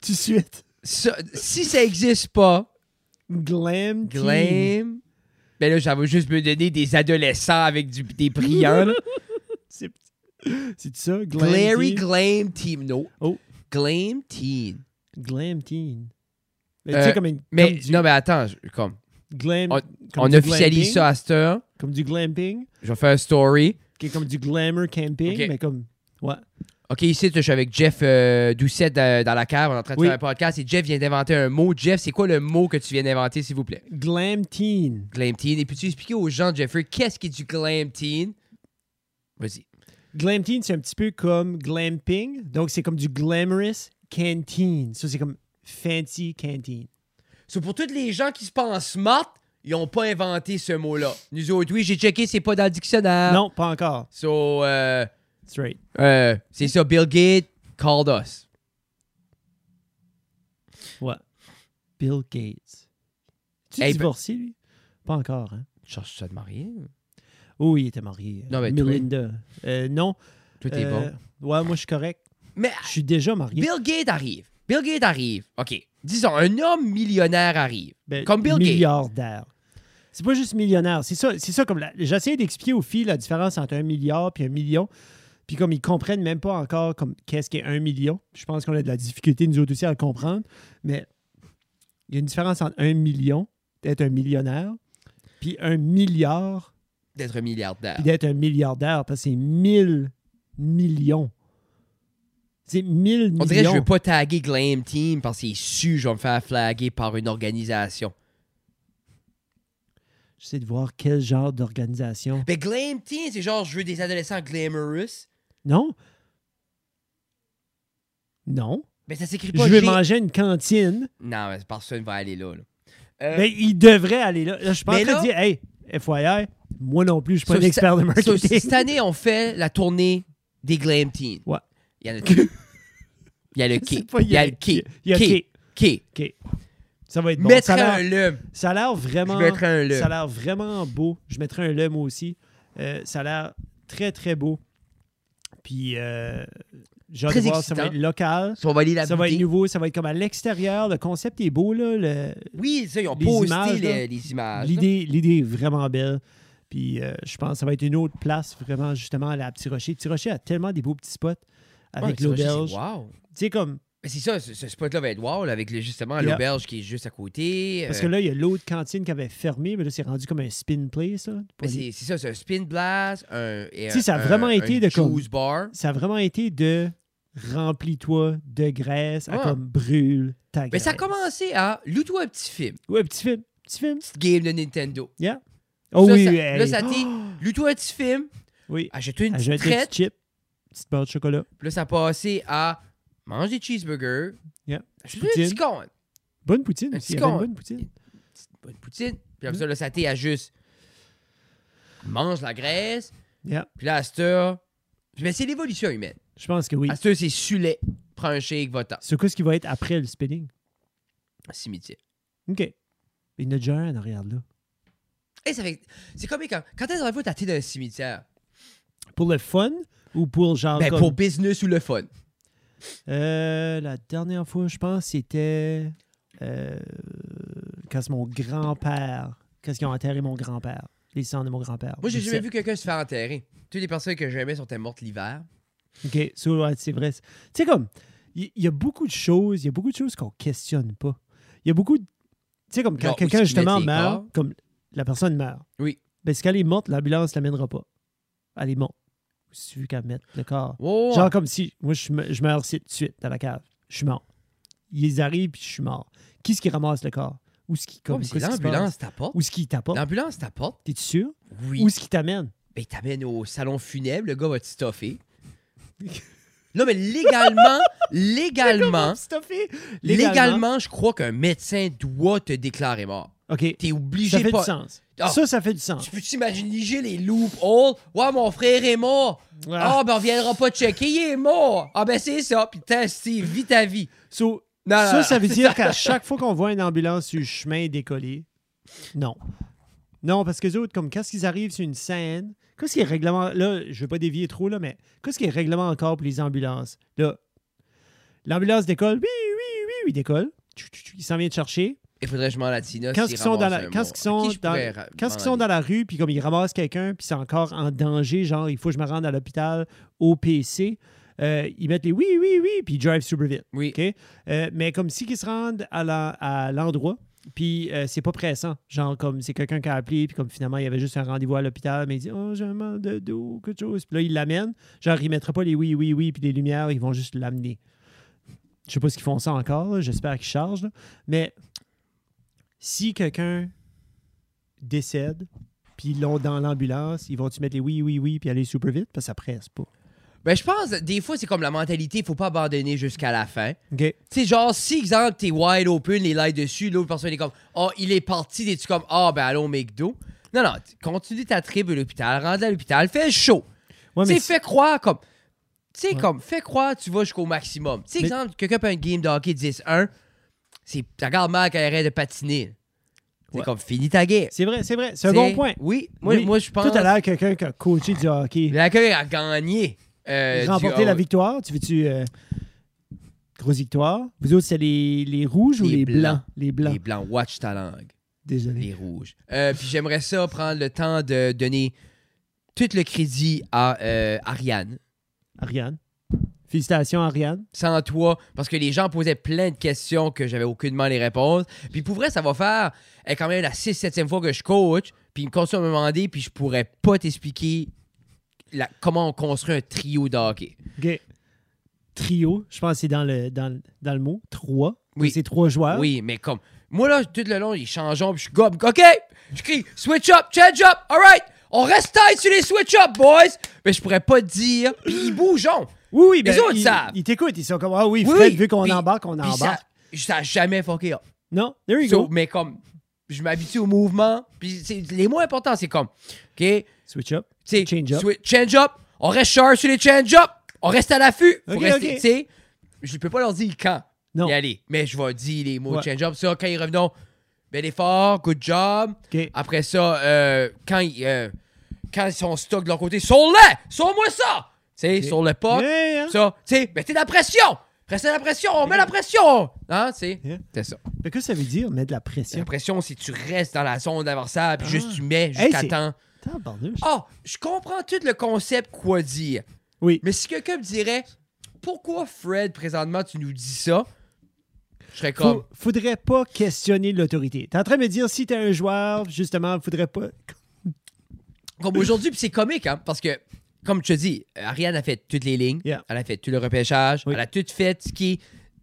S2: Tout de suite.
S1: Ça- si ça existe pas,
S2: Glam teen.
S1: glam Ben là, ça va juste me donner des adolescents avec du, des brillants. là.
S2: C'est c'est ça? Glam
S1: Glary
S2: Teen?
S1: Glam Team. No.
S2: Oh.
S1: Glam Teen.
S2: Glam Teen. Mais
S1: Euh,
S2: tu sais, comme une.
S1: Mais
S2: comme du
S1: non, mais attends, je- comme,
S2: glam, comme
S1: on
S2: du
S1: officialise
S2: glamping,
S1: ça à cette heure.
S2: Comme du glamping,
S1: Je vais faire un story.
S2: qui est comme du glamour camping,
S1: Ok.
S2: mais comme. Ouais.
S1: OK, ici, je suis avec Jeff euh, Doucette euh, dans la cave. On est en train de
S2: Oui.
S1: faire un podcast et Jeff vient d'inventer un mot. Jeff, c'est quoi le mot que tu viens d'inventer, s'il vous plaît?
S2: Glam Teen.
S1: Glam teen. Et puis tu expliquer aux gens, Jeffrey, qu'est-ce qu'est du glam teen? Vas-y.
S2: Glam Teen, c'est un petit peu comme glamping. Donc, c'est comme du glamorous canteen. Ça, c'est comme fancy canteen.
S1: So, pour tous les gens qui se pensent smart, ils n'ont pas inventé ce mot-là. Nous autres, oui, j'ai checké, c'est pas dans le dictionnaire.
S2: Non, pas encore.
S1: So, euh,
S2: Straight.
S1: euh, c'est ça, Bill Gates called us.
S2: Ouais. Bill Gates. Tu
S1: Hey, ben-
S2: divorcé, lui? Pas encore, hein?
S1: Cherche ça de marier.
S2: Oh, il était marié.
S1: Non, mais toi-
S2: Melinda. Euh, non.
S1: Tout est
S2: euh,
S1: bon.
S2: Ouais, moi, je suis correct.
S1: Mais
S2: Je suis déjà marié.
S1: Bill Gates arrive. Bill Gates arrive. OK. Disons, un homme millionnaire arrive.
S2: Ben,
S1: Comme Bill Gates.
S2: milliardaire. C'est pas juste millionnaire. C'est ça, c'est ça comme la- j'essayais d'expliquer aux filles la différence entre un milliard puis un million. Puis comme ils comprennent même pas encore comme qu'est-ce qu'est un million. Je pense qu'on a de la difficulté nous autres aussi à le comprendre. Mais il y a une différence entre un million d'être un millionnaire puis un milliard
S1: D'être milliardaire.
S2: puis d'être un milliardaire parce que c'est mille millions. C'est mille millions.
S1: On dirait que je veux pas taguer Glam Team parce qu'il est su, je vais me faire flaguer par une organisation.
S2: J'essaie de voir quel genre d'organisation.
S1: Mais Ben, Glam Team, c'est genre, je veux des adolescents glamorous.
S2: Non. Non.
S1: Mais Ben, ça s'écrit
S2: Je
S1: pas
S2: vais
S1: G-
S2: manger à une cantine.
S1: Non, mais personne va aller là. là. Euh,
S2: Ben, il devrait aller là. Là, Je suis pas en
S1: Mais
S2: train de dire, hey, FYI, moi non plus, je suis pas un expert de
S1: so, c-
S2: marketing.
S1: cette année, on fait la tournée des Glam Teens.
S2: Ouais.
S1: Il y a le K. Il y a le K.
S2: C'est pas-
S1: Il y a le K.
S2: Il y a
S1: K.
S2: K.
S1: K.
S2: OK. Ça va être bon.
S1: Mettre
S2: Ça a
S1: un
S2: l'air-
S1: lum.
S2: ça a l'air
S1: Je
S2: vraiment,
S1: mettrais un
S2: ça a
S1: lum.
S2: l'air vraiment beau. Je mettrai un le moi aussi. Euh, ça a l'air très, très beau. Puis, euh, j'ai hâte de
S1: Très
S2: voir, ça va être
S1: excitant.
S2: local.
S1: Si on va aller la
S2: Ça va être
S1: bouter.
S2: nouveau. Ça va être comme à l'extérieur. Le concept est beau, là. Le,
S1: Oui, ça, ils ont
S2: Les
S1: posté
S2: images,
S1: les,
S2: là.
S1: les images. là.
S2: L'idée, l'idée est vraiment belle. Puis euh, je pense que ça va être une autre place, vraiment, justement, à la Petit Rocher. Petit Rocher a tellement des beaux petits spots
S1: Ouais,
S2: avec
S1: c'est vrai, je dis,
S2: l'auberge.
S1: Wow.
S2: Tu sais, comme.
S1: Mais c'est ça, ce, ce spot-là va être wow, là, avec le- justement
S2: Yeah.
S1: l'auberge qui est juste à côté.
S2: Parce
S1: euh,
S2: que là, il y a l'autre cantine qui avait fermé, mais là, c'est rendu comme un spin place. là, pour
S1: mais
S2: les-
S1: c'est c'est ça, c'est un spin blast, un. et
S2: Tu sais,
S1: un-
S2: ça a
S1: un-
S2: vraiment
S1: un
S2: été de comme-
S1: juice bar.
S2: Ça a vraiment été de remplis-toi de graisse à
S1: Ouais.
S2: comme brûle ta
S1: Ah. Mais ça a
S2: graisse.
S1: commencé à. Loue-toi un petit film,
S2: Ouais, petit film. Petit film.
S1: petite game de Nintendo.
S2: Yeah. Oh
S1: Ça,
S2: oui,
S1: ça-
S2: hey.
S1: là, ça t'est-
S2: Oh,
S1: Loue-toi un petit film,
S2: Oui.
S1: achète-toi une
S2: J'ai un
S1: petite
S2: petit
S1: traite.
S2: chip. Petite barre de chocolat.
S1: Puis là, ça a passé à. Mange des cheeseburgers.
S2: Yeah.
S1: Achète-toi un petit
S2: Poutine.
S1: con. une
S2: Bonne poutine
S1: Un
S2: aussi.
S1: petit
S2: Il y avait une
S1: con.
S2: bonne poutine.
S1: petite bonne poutine. Puis après ça, là, ça t'est à juste. Mange la graisse.
S2: Yeah.
S1: Puis là, à cette heure- Mais c'est l'évolution humaine.
S2: Je pense que oui.
S1: À cette heure, c'est Sulet. Prends un shake, va-t'en.
S2: C'est quoi ce qui va être après le spinning?
S1: Cimetière.
S2: OK. Il y en a déjà un en arrière de là.
S1: Hey, ça fait... C'est comme quand, quand est-ce que t'as été dans un cimetière?
S2: Pour le fun ou pour genre.
S1: Ben,
S2: comme-
S1: pour business ou le fun.
S2: Euh, la dernière fois, je pense, c'était. euh, quand c'est mon grand-père. Quand ils ont enterré mon grand-père. Les cendres de mon grand-père.
S1: Moi, j'ai
S2: Le
S1: jamais
S2: sept.
S1: vu quelqu'un se faire enterrer. Toutes les personnes que j'aimais sont mortes l'hiver.
S2: OK, so, ouais, c'est vrai. Tu sais, comme, il il y, a beaucoup de choses, il y a beaucoup de choses qu'on questionne pas. Il y a beaucoup de. Tu sais, comme quand
S1: Genre, où
S2: quelqu'un,
S1: est-ce qu'ils mettent
S2: justement,
S1: les
S2: meurt,
S1: corps?
S2: comme la personne meurt.
S1: Oui.
S2: Ben, si qu'elle est morte, l'ambulance ne l'amènera pas. Elle est morte. Si vu qu'elle mette le corps.
S1: Oh,
S2: Genre comme si moi je, me- je meurs ici tout de suite dans la cave. Je suis mort. Ils arrivent puis je suis mort. Qui est-ce qui ramasse le corps? Où est-ce qui
S1: comme
S2: comme
S1: c'est
S2: qu'est-ce qui se passe?
S1: l'ambulance t'apporte.
S2: Où est-ce qui t'apporte?
S1: L'ambulance t'apporte,
S2: T'es-tu sûr?
S1: oui.
S2: Où est-ce qui t'amène?
S1: Ben, t'amènes au salon funèbre, le gars va te stoffer. non, mais légalement, légalement,
S2: Stuffé.
S1: légalement, je crois qu'un médecin doit te déclarer mort.
S2: OK.
S1: T'es
S2: Ça
S1: obligé
S2: fait
S1: pas.
S2: du sens.
S1: Ah.
S2: Ça, ça fait du sens.
S1: Tu peux t'imaginer les loopholes? Ouais, mon frère est mort. Ah,
S2: Ah.
S1: ben, on viendra pas checker, il est mort. Ah, ben, c'est ça. Putain, Steve, vis ta vie.
S2: So,
S1: Non, non,
S2: ça,
S1: non,
S2: ça
S1: non.
S2: veut dire qu'à chaque fois qu'on voit une ambulance sur le chemin décollé, non. Non, parce que les autres, comme quand ils arrivent sur une scène, qu'est-ce qui est règlement. Là, je ne veux pas dévier trop, là, mais qu'est-ce qui est règlement encore pour les ambulances? Là, l'ambulance décolle, oui, oui, oui, oui, il décolle. Tchou, tchou, tchou, Il s'en vient te chercher.
S1: Il faudrait que je m'en latina.
S2: Quand
S1: s'il
S2: ils sont dans
S1: ramasse
S2: la,
S1: un
S2: quand
S1: mort.
S2: ils sont
S1: Qui je
S2: dans,
S1: pourrais ra-
S2: quand
S1: m'en
S2: ils sont dans la rue, puis comme ils ramassent quelqu'un, puis c'est encore en danger, genre il faut que je me rende à l'hôpital au PC, euh, ils mettent les oui, oui, oui, puis ils drivent super vite.
S1: Oui.
S2: OK? Euh, mais comme si qu'ils se rendent à la- à l'endroit, puis euh, c'est pas pressant. Genre comme c'est quelqu'un qui a appelé, puis comme finalement il y avait juste un rendez-vous à l'hôpital, mais il dit Oh, j'ai un mal de dos, quelque chose. Puis là, il l'amène. Genre, ils mettraient pas les oui, oui, oui, puis les lumières, ils vont juste l'amener. Je sais pas ce qu'ils font ça encore, là. j'espère qu'ils chargent. là. Mais si quelqu'un décède, puis ils l'ont dans l'ambulance, ils vont-tu mettre les oui, oui, oui, puis aller super vite? Parce que ça presse pas.
S1: Ben, je pense, des fois, c'est comme la mentalité, il faut pas abandonner jusqu'à la fin.
S2: OK.
S1: Tu sais, genre, si, exemple, t'es wide open, les lights dessus, l'autre personne est comme, oh, il est parti, t'es-tu comme, ah, ben, allons au McDo. Non, non, t- continue ta tribu à l'hôpital, rentre à l'hôpital, fais chaud.
S2: Ouais,
S1: tu
S2: mais
S1: sais,
S2: si-
S1: fais croire comme. Tu sais,
S2: Ouais.
S1: comme, fais croire, tu vas jusqu'au maximum. Tu sais,
S2: Mais-
S1: exemple, quelqu'un fait un game de hockey 10-1, c'est, ça regarde mal quand il arrête de patiner. C'est
S2: Ouais.
S1: comme, finis ta guerre.
S2: c'est vrai, c'est vrai. C'est un bon
S1: T'sais,
S2: point.
S1: Oui, moi,
S2: Oui.
S1: moi je pense.
S2: Tout à l'heure, quelqu'un qui a coaché du hockey,
S1: L'accueil a gagné. euh, du-
S2: remporté la
S1: oh,
S2: victoire. Tu veux-tu. euh, grosse victoire. Vous autres, c'est les, les rouges ou
S1: Les
S2: les blancs?
S1: blancs.
S2: Les blancs.
S1: Les blancs, watch ta langue.
S2: Désolé.
S1: Les rouges. Euh, puis j'aimerais ça prendre le temps de donner tout le crédit à euh, Ariane.
S2: Ariane. Félicitations, Ariane.
S1: Sans toi, parce que les gens posaient plein de questions que j'avais aucunement les réponses. Puis pour vrai, ça va faire euh, quand même la 6-7e fois que je coach. Puis ils me continuent à me demander, puis je pourrais pas t'expliquer la- comment on construit un trio de hockey.
S2: OK. Trio, je pense que c'est dans le, dans, le- dans le mot. Trois.
S1: Oui.
S2: C'est trois joueurs.
S1: Oui, mais comme. Moi, là, tout le long, ils changent, puis je suis comme, OK, je crie, switch up, change up, all right, on reste tight sur les switch up, boys. Mais je pourrais pas te dire, puis ils bougeons.
S2: Oui, oui,
S1: Les
S2: ben,
S1: autres
S2: ils,
S1: savent.
S2: Ils t'écoutent, ils sont comme Ah oui,
S1: Oui,
S2: Fred,
S1: oui.
S2: vu qu'on
S1: Puis-
S2: embarque, on
S1: Puis
S2: embarque.
S1: ça, ça a jamais fucké up.
S2: Non, there you
S1: So,
S2: go.
S1: mais comme, je m'habitue au mouvement, puis c'est- les mots importants, c'est comme, OK,
S2: Switch up.
S1: tu sais,
S2: Change up.
S1: swi- change up, on reste sharp sur les change up, on reste à l'affût. Faut
S2: Ok,
S1: rester,
S2: ok.
S1: tu sais, je peux pas leur dire quand
S2: Non.
S1: y aller, mais je vais dire les mots
S2: Ouais.
S1: change up. Ça, quand ils revenons, bel effort, good job.
S2: OK.
S1: Après ça, euh, quand, ils, euh, quand ils sont stock de leur côté, sur-les! Sur-moi ça! Tu sais, sur le pas.
S2: Yeah, yeah.
S1: Ça, tu sais, mettez la pression! Restez la pression, on met la pression! Hein, tu sais?
S2: Yeah.
S1: C'est ça.
S2: Mais que ça veut dire mettre de la
S1: La
S2: pression?
S1: pression, c'est tu restes dans la zone adversaire, puis
S2: Ah.
S1: juste tu mets
S2: Hey,
S1: jusqu'à
S2: c'est-
S1: temps.
S2: Tabarnouche.
S1: Ah, je comprends tout le concept quoi dire.
S2: Oui.
S1: Mais si quelqu'un me dirait, pourquoi Fred, présentement, tu nous dis ça? Je serais comme.
S2: Faut- faudrait pas questionner l'autorité. T'es en train de me dire si t'es un joueur, justement, faudrait pas.
S1: Comme aujourd'hui, puis c'est comique, hein, parce que, comme je te dis, Ariane a fait toutes les lignes,
S2: Yeah.
S1: elle a fait tout le repêchage,
S2: Oui.
S1: elle a tout fait ce qui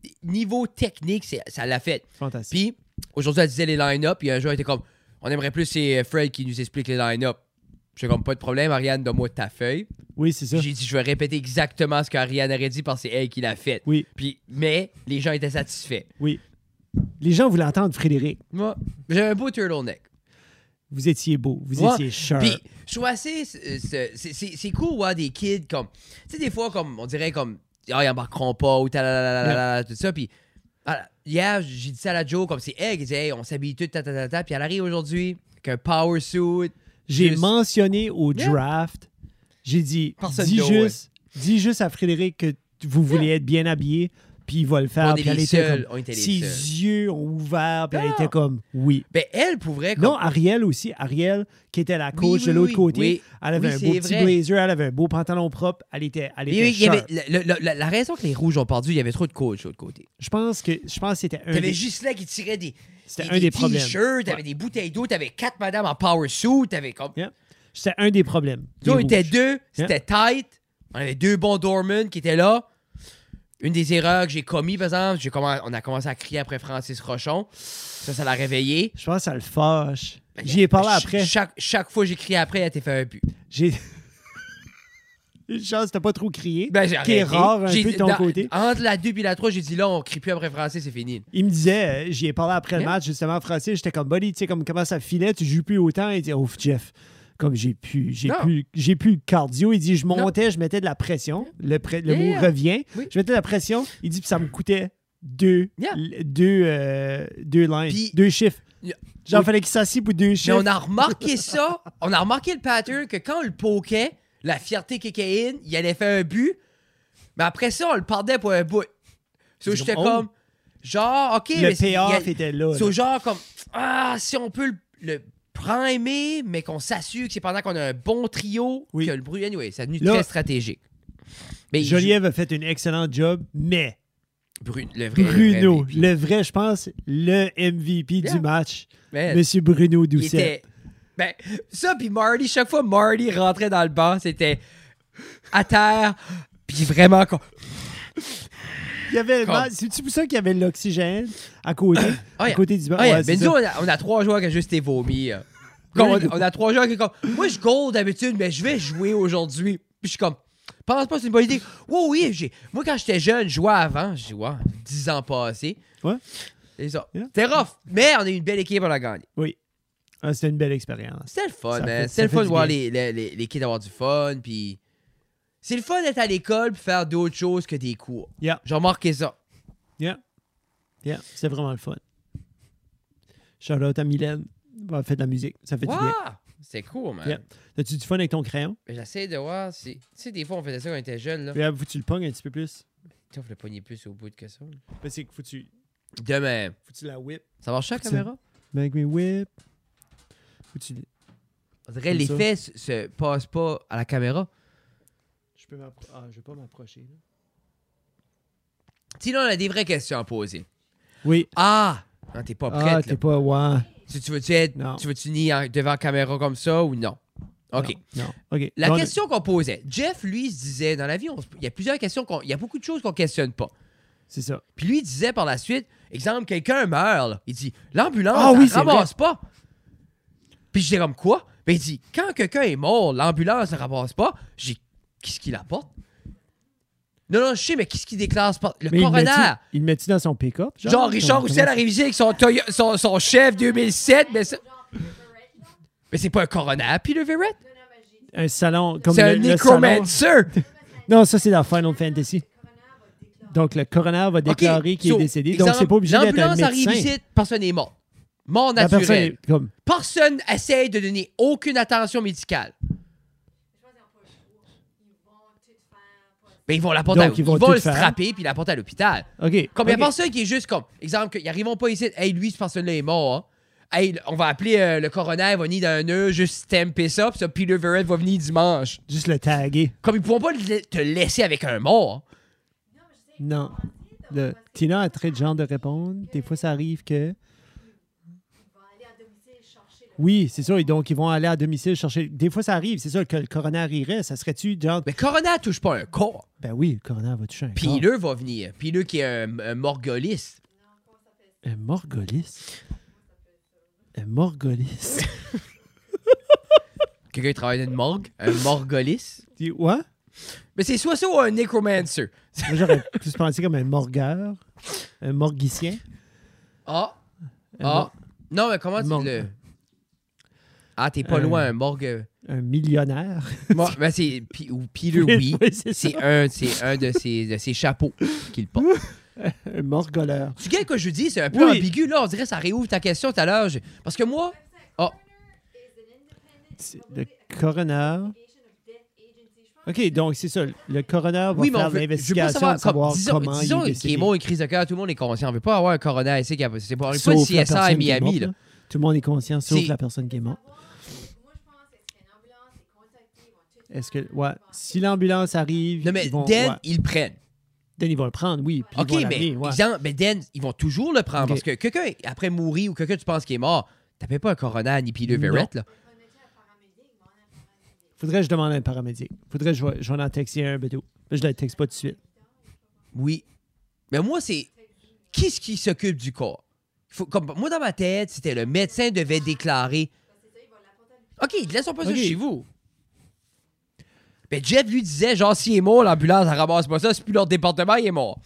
S1: est niveau technique, c'est- ça l'a fait.
S2: Fantastique.
S1: Puis aujourd'hui, elle disait les line-up, puis un joueur était comme, on aimerait plus c'est euh, Fred qui nous explique les line-up. Je comme, pas de problème, Ariane, donne-moi ta feuille.
S2: Oui, c'est ça.
S1: J'ai dit, je vais répéter exactement ce qu'Ariane aurait dit parce que c'est elle qui l'a fait.
S2: Oui,
S1: Puis, mais les gens étaient satisfaits.
S2: oui. Les gens voulaient entendre Frédéric.
S1: Moi, j'avais un beau turtleneck.
S2: Vous étiez beau, vous
S1: Ouais.
S2: étiez sharp.
S1: Puis, je trouve assez. euh, C'est c'est- c'est cool, ouais, des kids comme. Tu sais, des fois, comme, on dirait comme. Ah, ils embarqueront pas, ou talalalala, tout ça. Puis, ah, hier, j'ai dit ça à la Joe, comme c'est elle qui disait, hey, on s'habille tout, ta, ta, ta, ta. Puis, elle arrive aujourd'hui, avec un power suit.
S2: J'ai
S1: juste-
S2: mentionné au
S1: Yeah.
S2: draft, j'ai dit,
S1: Personne
S2: dis
S1: d'autre,
S2: juste, dis juste à Frédéric que vous voulez être bien habillé, puis il va le faire.
S1: on est
S2: Ah, puis elle
S1: les
S2: était
S1: seuls,
S2: comme-
S1: on était les
S2: ses
S1: seuls.
S2: yeux ont ouvert, puis elle
S1: Non.
S2: était comme, oui.
S1: Ben, elle pourrait. Comme,
S2: Non, Ariel aussi. Ariel, qui était la coach
S1: oui,
S2: de l'autre
S1: oui,
S2: côté,
S1: oui.
S2: elle avait
S1: Oui,
S2: un
S1: c'est
S2: beau petit
S1: vrai.
S2: blazer, elle avait un beau pantalon propre, elle était, elle
S1: Mais
S2: était
S1: il y avait-
S2: sharp.
S1: le- le- la, la raison que les rouges ont perdu, il y avait trop de coachs de l'autre côté.
S2: Je pense que je pense que c'était un,
S1: T'avais
S2: des-
S1: Gislain qui tirait des,
S2: c'était
S1: des-
S2: un des problèmes.
S1: t-shirts, t'avais
S2: Ouais.
S1: des bouteilles d'eau, t'avais quatre madames en power suit, t'avais comme.
S2: Yeah. C'était un des problèmes.
S1: Nous, on
S2: Les
S1: était
S2: rouges.
S1: deux, c'était tight. On avait deux bons doormen qui étaient là. Une des erreurs que j'ai commis, par exemple, j'ai commen- on a commencé à crier après Francis Rochon. Ça, ça l'a réveillé.
S2: Je pense que ça le fâche.
S1: Ben,
S2: J'y ai parlé
S1: Ch-
S2: après.
S1: Chaque, chaque fois que j'ai crié après, elle t'a fait un but.
S2: J'ai. Une chance, t'as pas trop crié.
S1: Ben, j'ai
S2: qui est
S1: arrêté.
S2: rare un
S1: J'ai-
S2: peu de ton
S1: dans-
S2: côté.
S1: Entre la 2 et la 3, j'ai dit là, on crie plus après Francis, c'est fini.
S2: Il me disait, euh, j'y ai parlé après le
S1: Yeah.
S2: match, justement, en français, j'étais comme, buddy, tu sais, comme comment ça filait, tu joues plus autant. Il dit, ouf, Jeff, comme j'ai plus, j'ai
S1: Non.
S2: plus, j'ai plus le cardio. Il dit, je montais, je mettais de la pression. Le, pre- le
S1: Yeah.
S2: mot revient.
S1: Oui.
S2: Je mettais de la pression. Il dit, puis ça me coûtait deux,
S1: Yeah.
S2: l- deux, euh, deux lines,
S1: Puis-
S2: deux chiffres.
S1: Yeah.
S2: Genre,
S1: Oui.
S2: fallait qu'il s'assied pour deux
S1: Mais
S2: chiffres.
S1: on a remarqué ça. On a remarqué le pattern que quand on le pokait, la fierté kékéine, il allait faire un but. Mais après ça, on le pardait pour un bout. So,
S2: C'est
S1: j'étais
S2: comme,
S1: comme. Genre, OK,
S2: Le
S1: mais c'est- il y a-
S2: payoff était là.
S1: C'est
S2: là.
S1: genre comme Ah, si on peut le, le primer, mais qu'on s'assure que c'est pendant qu'on a un bon trio
S2: Oui.
S1: que le bruit. Anyway, ça a devenu
S2: Là-
S1: très stratégique. Mais il
S2: Joliev a fait une excellente job, mais
S1: joue- Bru- le vrai,
S2: Bruno,
S1: le vrai MVP.
S2: le vrai, je pense, le MVP
S1: Yeah.
S2: du match,
S1: Man,
S2: Monsieur Bruno
S1: il
S2: Doucet.
S1: était. Ben, ça, puis Marty, chaque fois Marty rentrait dans le banc, c'était à terre, puis vraiment. con-
S2: Il y avait le
S1: Comme-
S2: mal- C'est-tu pour ça qu'il y avait l'oxygène à côté,
S1: Ah,
S2: à
S1: yeah.
S2: côté du banc?
S1: Ah, yeah,
S2: Ouais,
S1: mais
S2: c'est
S1: nous,
S2: ça.
S1: on a, on a trois joueurs qui ont juste été vomis. euh. Comme on, on a trois joueurs qui sont comme Moi, je goal d'habitude, mais je vais jouer aujourd'hui. Puis je suis comme Pense pas, c'est une bonne idée. Ouais, oui, j'ai. Moi, quand j'étais jeune, je jouais avant. Je dis, wow, 10 ans passés.
S2: Ouais.
S1: C'est ça.
S2: Yeah.
S1: C'était rough, mais on a eu une belle équipe, on a gagné.
S2: Oui. Ah, C'était une belle expérience.
S1: C'était le fun,
S2: Ça
S1: man.
S2: fait- ça
S1: C'était le
S2: fait
S1: fun de
S2: du
S1: voir
S2: bien.
S1: les, les, les, les kids avoir du fun. Puis. C'est le fun d'être à l'école puis faire d'autres choses que des cours.
S2: Yeah.
S1: J'ai remarqué ça.
S2: Yeah. Yeah. C'est vraiment le fun. Shout out à Mylène. On fait de la musique. Ça fait
S1: Wow!
S2: du bien.
S1: C'est cool, man.
S2: Yeah. As-tu du fun avec ton crayon?
S1: Mais J'essaie de voir. si- Tu sais, des fois, on faisait ça quand on était jeune. Là.
S2: Puis, ah, Faut que tu le pognes un petit peu plus.
S1: Putain, faut le pogner plus au bout de que ça.
S2: Ben, c'est que faut que tu,
S1: Demain.
S2: faut que tu la whip. Ben,
S1: Ça marche ça, la
S2: Ça-
S1: caméra?
S2: Make me whip. Faut que tu-
S1: On dirait
S2: Comme
S1: les
S2: ça.
S1: fesses se passent pas à la caméra.
S2: Je peux m'appro- ah, je vais pas m'approcher. là.
S1: Sinon, on a des vraies questions à poser.
S2: Oui.
S1: Ah! Non, t'es pas prête,
S2: ah,
S1: là.
S2: t'es pas. Ouais.
S1: Tu, tu veux-tu être...
S2: Non.
S1: Tu veux-tu nier en- devant la caméra comme ça ou non? OK.
S2: Non. non. OK.
S1: La
S2: Non,
S1: question qu'on posait, Jeff, lui, se disait, dans la vie, on se- il y a plusieurs questions, qu'on- il y a beaucoup de choses qu'on questionne pas.
S2: C'est ça.
S1: Puis lui, il disait par la suite, exemple, quelqu'un meurt, là. il dit, l'ambulance,
S2: Ah
S1: elle
S2: oui, c'est
S1: ramasse pas. Puis j'étais comme, quoi? Ben, il dit, quand quelqu'un est mort, l'ambulance ne ramasse pas. J'ai, dit, qu'est-ce qu'il apporte? Non, non, je sais, mais qu'est-ce qu'il déclare? ce por- Le
S2: Mais il le
S1: coroner.
S2: met-tu- il le met-tu dans son pick-up?
S1: Genre, Richard
S2: Comment-
S1: Roussel arrive ici avec son, Toyo- son, son chef 2007, mais ça- Mais c'est pas un coroner, puis le Verrett.
S2: Un salon. Comme
S1: C'est un
S2: le- le salon.
S1: necromancer.
S2: Non, ça, c'est dans Final Fantasy. Donc, le coroner va
S1: Ok,
S2: déclarer qu'il
S1: so,
S2: est décédé. donc,
S1: exemple,
S2: c'est pas obligé d'être un
S1: L'ambulance arrive
S2: médecin.
S1: ici, personne n'est mort. Mort
S2: La
S1: naturelle.
S2: personne est comme...
S1: Personne essaye de donner aucune attention médicale. Mais Ben, ils vont la porter
S2: Donc,
S1: à-
S2: ils vont
S1: ils vont
S2: tout
S1: le
S2: faire.
S1: strapper puis la porter à l'hôpital.
S2: OK.
S1: Comme il y a
S2: OK.
S1: personne qui est juste comme, exemple, qu'ils arriveront pas ici, hey, lui, cette personne-là est mort. hein. Hey, on va appeler euh, le coroner, il va venir d'un nœud, juste stamper ça, puis ça, Peter Verrett va venir dimanche.
S2: Juste le taguer.
S1: Comme ils pourront pas le- te laisser avec un mort. hein.
S2: Non. Le- Tina a très de genre de répondre. Des fois, ça arrive que... Oui, c'est ça. Et donc, ils vont aller à domicile chercher... Des fois, ça arrive. C'est ça que le coroner irait. Ça serait-tu genre...
S1: Mais coroner touche pas un corps.
S2: Ben oui, le coroner va toucher un corps.
S1: Peter va venir. Peter qui est un, un morgoliste.
S2: Un morgoliste. Un morgoliste.
S1: Quelqu'un qui travaille dans une morgue. Un morgoliste.
S2: Dis- ouais?
S1: Mais c'est soit ça ou un necromancer.
S2: Moi, j'aurais plus pensé comme un morgueur, un morguicien.
S1: Ah,
S2: Un
S1: ah. Non, mais comment tu
S2: morgue.
S1: le... Ah, t'es pas
S2: Euh.
S1: loin, un morgue...
S2: un millionnaire.
S1: Moi, ben c'est... P- Ou Peter, Euh, oui.
S2: Oui, c'est ça.
S1: C'est un, c'est un de, ses, de ses chapeaux qu'il porte.
S2: Un morgoleur.
S1: Tu sais que je dis? C'est un peu
S2: Oui.
S1: ambigu, là. On dirait que ça réouvre ta question tout à l'heure. Je- Parce que moi... Ah,
S2: C'est Le coroner. OK, donc c'est ça. Le coroner va
S1: oui, mais on
S2: faire
S1: veut- je veux pas
S2: l'investigation
S1: savoir...
S2: de savoir
S1: comme- disons
S2: comment
S1: disons
S2: il est
S1: qu'il est
S2: décédé.
S1: mort une crise de cœur, tout le monde est conscient. On veut pas avoir un coroner ici qui a... C'est pas, on est pas le
S2: Sauf la
S1: CSI à
S2: personne qui est
S1: Miami,
S2: morte,
S1: là.
S2: là. Tout le monde est conscient, sauf
S1: C'est-
S2: la personne qui est morte. Est-ce que, ouais, si l'ambulance arrive,
S1: Non, mais
S2: ils vont,
S1: Dan,
S2: ouais.
S1: ils le prennent.
S2: Dan, ils vont le prendre, oui. Puis
S1: OK,
S2: ils vont
S1: mais,
S2: l'amener, ouais.
S1: exemple, mais Dan, ils vont toujours le prendre
S2: OK.
S1: parce que quelqu'un, après mourir ou quelqu'un tu penses qu'il est mort, t'appelles pas un coroner ni Peter
S2: Non.
S1: Verrett. Là.
S2: Faudrait que je demande à un paramédic. Faudrait que je, vais- je vais en texter un, Bédo. Mais Je ne le texte pas tout de suite.
S1: Oui. Mais moi, c'est qui ce qui s'occupe du corps? Il faut- comme, moi, dans ma tête, c'était le médecin devait déclarer. OK, laissons pas
S2: OK.
S1: ça chez vous. Mais Jeff lui disait, genre, s'il est mort, l'ambulance, elle ramasse pas ça, c'est plus leur département, il est mort.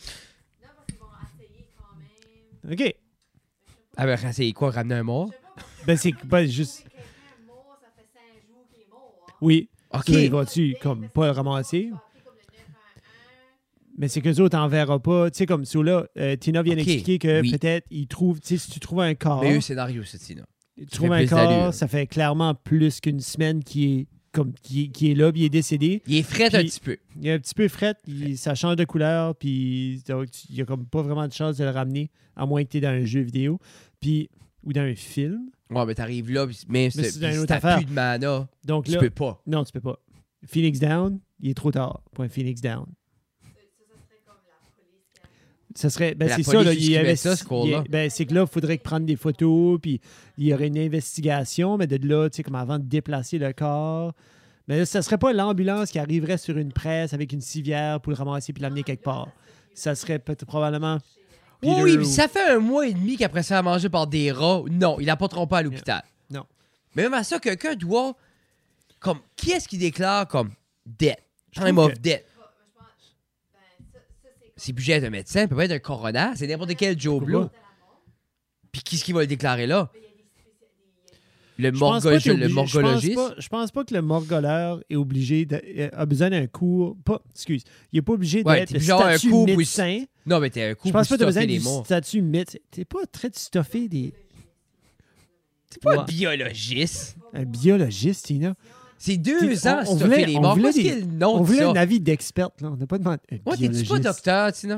S2: OK.
S1: Ah ben, c'est quoi, ramener un mort?
S2: Ben, c'est ben, juste. Oui.
S1: OK.
S2: Ça, il va-tu, comme, pas le ramasser? Mais c'est qu'eux autres t'enverra pas. Tu sais, comme ça, là, euh, Tina vient
S1: Ok,
S2: d'expliquer que
S1: oui.
S2: peut-être ils trouvent, tu sais, si tu trouves un corps,
S1: Mais eux, scénario, c'est Tina.
S2: tu trouves
S1: fait
S2: un
S1: plus d'allure.
S2: corps, ça fait clairement plus qu'une semaine qui est comme qui, qui est là, puis il est décédé.
S1: Il est frais un
S2: Puis-
S1: petit peu.
S2: Il est un petit peu fret, il- ça change de couleur, puis donc, tu- il n'y a comme pas vraiment de chance de le ramener, à moins que tu es dans un jeu vidéo, puis ou dans un film.
S1: Ouais, mais t'arrives là, pis- mais, c'est-
S2: c'est
S1: pis
S2: une
S1: si
S2: autre
S1: t'as
S2: affaire.
S1: plus de mana,
S2: Donc
S1: tu
S2: là,
S1: peux pas.
S2: non, tu peux pas. Phoenix Down, il est trop tard pour un Phoenix Down. Ça serait, ben
S1: La
S2: c'est ça,
S1: police
S2: là,
S1: qui
S2: il y
S1: met
S2: avait
S1: ça, ce
S2: il y a-
S1: call-là.
S2: ben, c'est que là, il faudrait prendre des photos, puis il y aurait une investigation, mais de là, tu sais, comme avant de déplacer le corps. Mais là, ça serait pas l'ambulance qui arriverait sur une presse avec une civière pour le ramasser puis l'amener quelque part. Ça serait peut-être probablement.
S1: Oui,
S2: Peter
S1: oui,
S2: ou-
S1: pis ça fait un mois et demi qu'après ça a mangé par des rats. Non, il l'apporteront pas à l'hôpital.
S2: Non.
S1: Mais même à ça, quelqu'un doit. Comme, qui est-ce qui déclare comme debt?
S2: Je
S1: Time
S2: trouve
S1: of
S2: que-
S1: debt. C'est plus être un médecin, peut pas être un coroner, c'est n'importe quel Joe
S2: Pourquoi?
S1: Blow. Puis qu'est-ce qui va le déclarer là? Le,
S2: Je pense pas
S1: morgo-
S2: qu'il est
S1: le
S2: obligé- Je
S1: morgologiste?
S2: pense, pas, je pense pas que le morgoleur est obligé de, euh, a besoin d'un cours. Pas, excuse. Il n'est pas obligé
S1: Ouais,
S2: d'être
S1: t'es
S2: le
S1: obligé d'avoir un
S2: statut
S1: cours pour-
S2: médecin.
S1: Non, mais t'es un coup
S2: Je pense pas que tu
S1: pour
S2: as besoin
S1: stuffer les
S2: du
S1: mots.
S2: statut médecin. T'es pas très stuffé des.
S1: T'es pas un
S2: Ouais.
S1: biologiste.
S2: Un biologiste, Tina.
S1: C'est deux
S2: T'es-
S1: ans,
S2: on- on
S1: stuffer
S2: voulait-
S1: les
S2: on
S1: morts.
S2: voulait
S1: Qu'est-ce
S2: des-
S1: qu'il y a le nom
S2: On
S1: de
S2: voulait
S1: ça?
S2: un avis d'experte, là. On n'a pas demandé. un
S1: Ouais, t'es-tu pas
S2: biologiste.
S1: docteur, sinon?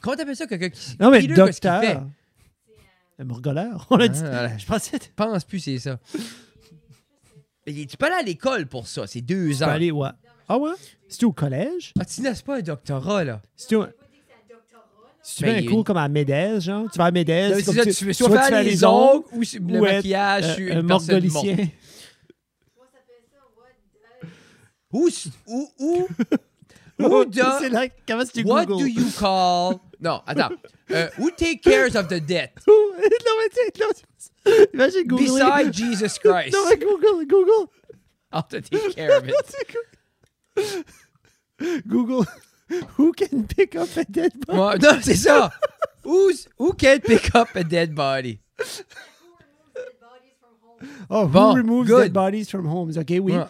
S1: Comment t'appelles ça, quelqu'un qui.
S2: Non, mais
S1: Peter, qu'est-ce qu'il fait? Ah,
S2: docteur. Un morgoleur. On l'a dit.
S1: voilà.
S2: Je pensais. que tu
S1: Je pense plus, c'est ça. Mais tu peux aller à l'école pour ça, c'est deux
S2: peux
S1: ans.
S2: aller, ouais. Ah ouais? Si tu es au collège,
S1: Ah, tu n'as pas un doctorat, là.
S2: si tu si tu
S1: Ben,
S2: fais
S1: il y
S2: un
S1: a
S2: cours
S1: une-
S2: comme à Médès, genre, tu vas à Médès,
S1: Non,
S2: c'est
S1: c'est
S2: comme
S1: ça, tu veux soit faire les, ongles ou c'est- le
S2: ou être,
S1: maquillage,
S2: euh,
S1: je suis
S2: un
S1: une personne morte.
S2: morgolicien.
S1: Ou, s- ou, ou, ou
S2: C'est
S1: de,
S2: là, comment c'est que tu
S1: what
S2: Google?
S1: do you call, non, attends, Euh, who take cares of the dead
S2: non, mais tu sais, non, c'est- imagine Google.
S1: beside Jesus Christ?
S2: Non, mais Google, Google.
S1: How to take care of it.
S2: Google, who can pick up a dead body?
S1: Moi- non, c'est ça. Who's, who can pick up a dead body?
S2: Oh,
S1: Bon,
S2: who removes
S1: good.
S2: dead bodies from homes? OK, oui.
S1: Ouais.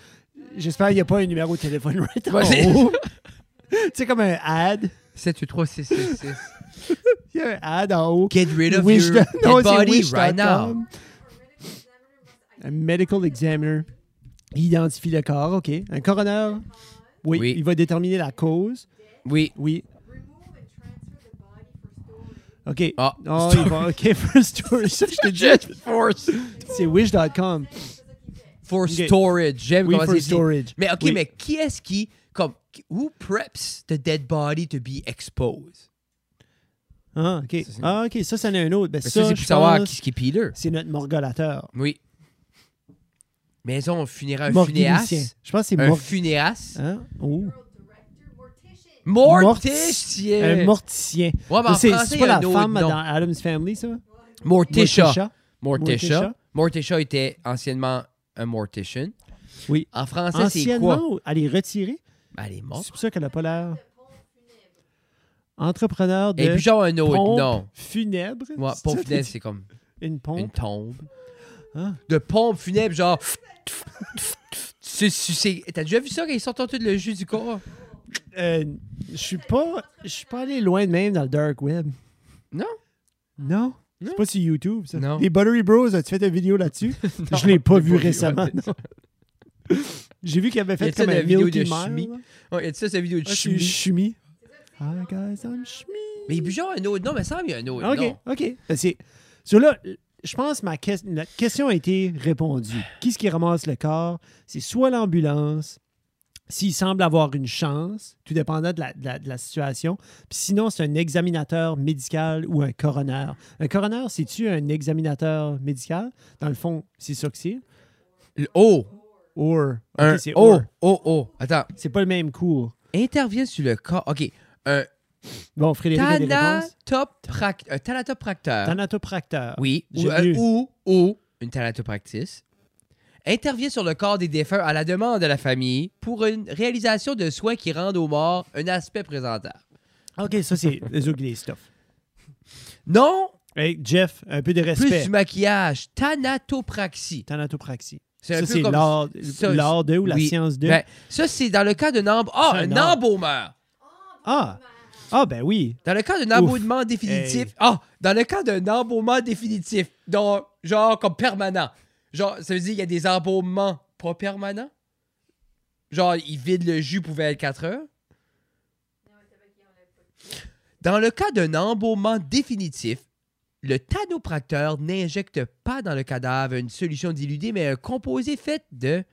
S2: J'espère qu'il n'y a pas un numéro de téléphone right
S1: Ouais, c'est-
S2: en haut. Tu sais, comme un ad.
S1: 723-666.
S2: Il y a un ad en haut.
S1: Get rid of
S2: Wish-
S1: your dead
S2: Non, c'est
S1: body
S2: wish.com.
S1: right now.
S2: Un medical examiner il identifie le corps, OK. Un coroner, oui,
S1: Oui.
S2: il va déterminer la cause,
S1: Oui.
S2: oui. OK.
S1: Ah.
S2: Oh, il va- OK, for storage. Ça, je t'ai dit,
S1: Just for,
S2: c'est wish.com.
S1: for
S2: Ok.
S1: storage. J'aime
S2: Oui,
S1: comment
S2: for
S1: c'est dit.
S2: storage.
S1: Mais ok,
S2: Oui.
S1: mais qui est-ce qui, comme, who preps the dead body to be exposed?
S2: Ah, OK.
S1: c'est-
S2: Ah, OK, ça, c'en est un autre. Ben,
S1: Mais
S2: ça,
S1: ça, c'est
S2: je
S1: pour savoir
S2: pense,
S1: qui, qui est pileur.
S2: c'est notre morgolateur.
S1: Oui. Maison funéra, un
S2: Morgulicien.
S1: funéas.
S2: Je pense que c'est
S1: Un
S2: mor...
S1: funéas.
S2: hein? Oh.
S1: Morticien.
S2: Un morticien.
S1: Ouais, mais en
S2: c'est
S1: français,
S2: c'est
S1: il y
S2: pas
S1: a
S2: la
S1: un autre
S2: femme
S1: nom.
S2: dans Adam's Family, ça?
S1: Morticia.
S2: Morticia.
S1: Morticia.
S2: Morticia.
S1: Morticia était anciennement un mortician.
S2: Oui.
S1: En français, c'est quoi?
S2: Anciennement, elle est retirée.
S1: Ben, elle est morte.
S2: C'est pour ça qu'elle a pas l'air. Entrepreneur de
S1: Et puis genre un autre
S2: pompe
S1: nom.
S2: funèbre.
S1: Ouais,
S2: C'est
S1: pompe
S2: ça,
S1: funèbre,
S2: t'as dit?
S1: c'est comme
S2: Une
S1: une
S2: pompe.
S1: tombe.
S2: Ah.
S1: De pompe funèbre, genre... Tu- tu sais- T'as déjà vu ça quand ils sortent tout le jus du corps?
S2: Euh, je suis pas, je suis pas allé loin de même dans le dark web.
S1: Non?
S2: Non. C'est
S1: Non.
S2: pas sur YouTube, ça.
S1: Non.
S2: Les Buttery Bros, as-tu fait une vidéo là-dessus?
S1: Non,
S2: je l'ai pas
S1: j'ai
S2: vu
S1: vu,
S2: récemment.
S1: ouais.
S2: non. J'ai vu qu'il avait
S1: Y a-t-il
S2: fait
S1: de
S2: comme
S1: la
S2: un
S1: vidéo
S2: Milky
S1: de
S2: Mile,
S1: chimie?
S2: là.
S1: Ouais, y a ça, cette vidéo de
S2: Ah, c'est
S1: chimie?
S2: chimie. Hi guys, I'm chimie.
S1: Mais il y a plus genre un autre nom, mais ça, il y a un autre
S2: OK,
S1: nom.
S2: OK. Ben, c'est- so là, je pense que ma ques- la question a été répondue. Qui ce qui ramasse le corps? C'est soit l'ambulance, s'il semble avoir une chance, tout dépendant de la, de la- de la situation. Puis sinon, c'est un examinateur médical ou un coroner. Un coroner, c'est-tu un examinateur médical? Dans le fond, c'est sûr que c'est.
S1: Le O.
S2: Or. OK,
S1: Un
S2: c'est
S1: O.
S2: or.
S1: O, O. Attends.
S2: C'est pas le même cours.
S1: Intervient sur le corps. OK. Un
S2: Bon, Frédéric a des réponses.
S1: thanatoprac- un thanatopracteur.
S2: Thanatopracteur.
S1: Oui,
S2: J'ai
S1: ou, un-
S2: mieux.
S1: ou, ou une thanatopractice intervient sur le corps des défunts à la demande de la famille pour une réalisation de soins qui rendent aux morts un aspect présentable.
S2: OK, ça, c'est les ugly stuff.
S1: Non,
S2: Hey, Jeff, un peu de
S1: plus
S2: respect.
S1: du maquillage, thanatopraxie.
S2: Thanatopraxie.
S1: C'est un
S2: Ça,
S1: peu
S2: c'est
S1: comme-
S2: l'art
S1: ça,
S2: l'art de ou la
S1: oui.
S2: science de.
S1: Ben, ça, c'est dans le cas d'un emba- Ah,
S2: C'est un
S1: un
S2: arbre.
S1: embaumeur!
S2: ah! Ah, ben oui.
S1: Dans le cas d'un embaumement définitif.
S2: Hey.
S1: Ah, dans le cas d'un embaumement définitif. Donc, genre comme permanent. Genre, ça veut dire qu'il y a des embaumements pas permanents? Genre, ils vident le jus pour 24 heures. Dans le cas d'un embaumement définitif, le tanopracteur n'injecte pas dans le cadavre une solution diluée, mais un composé fait de.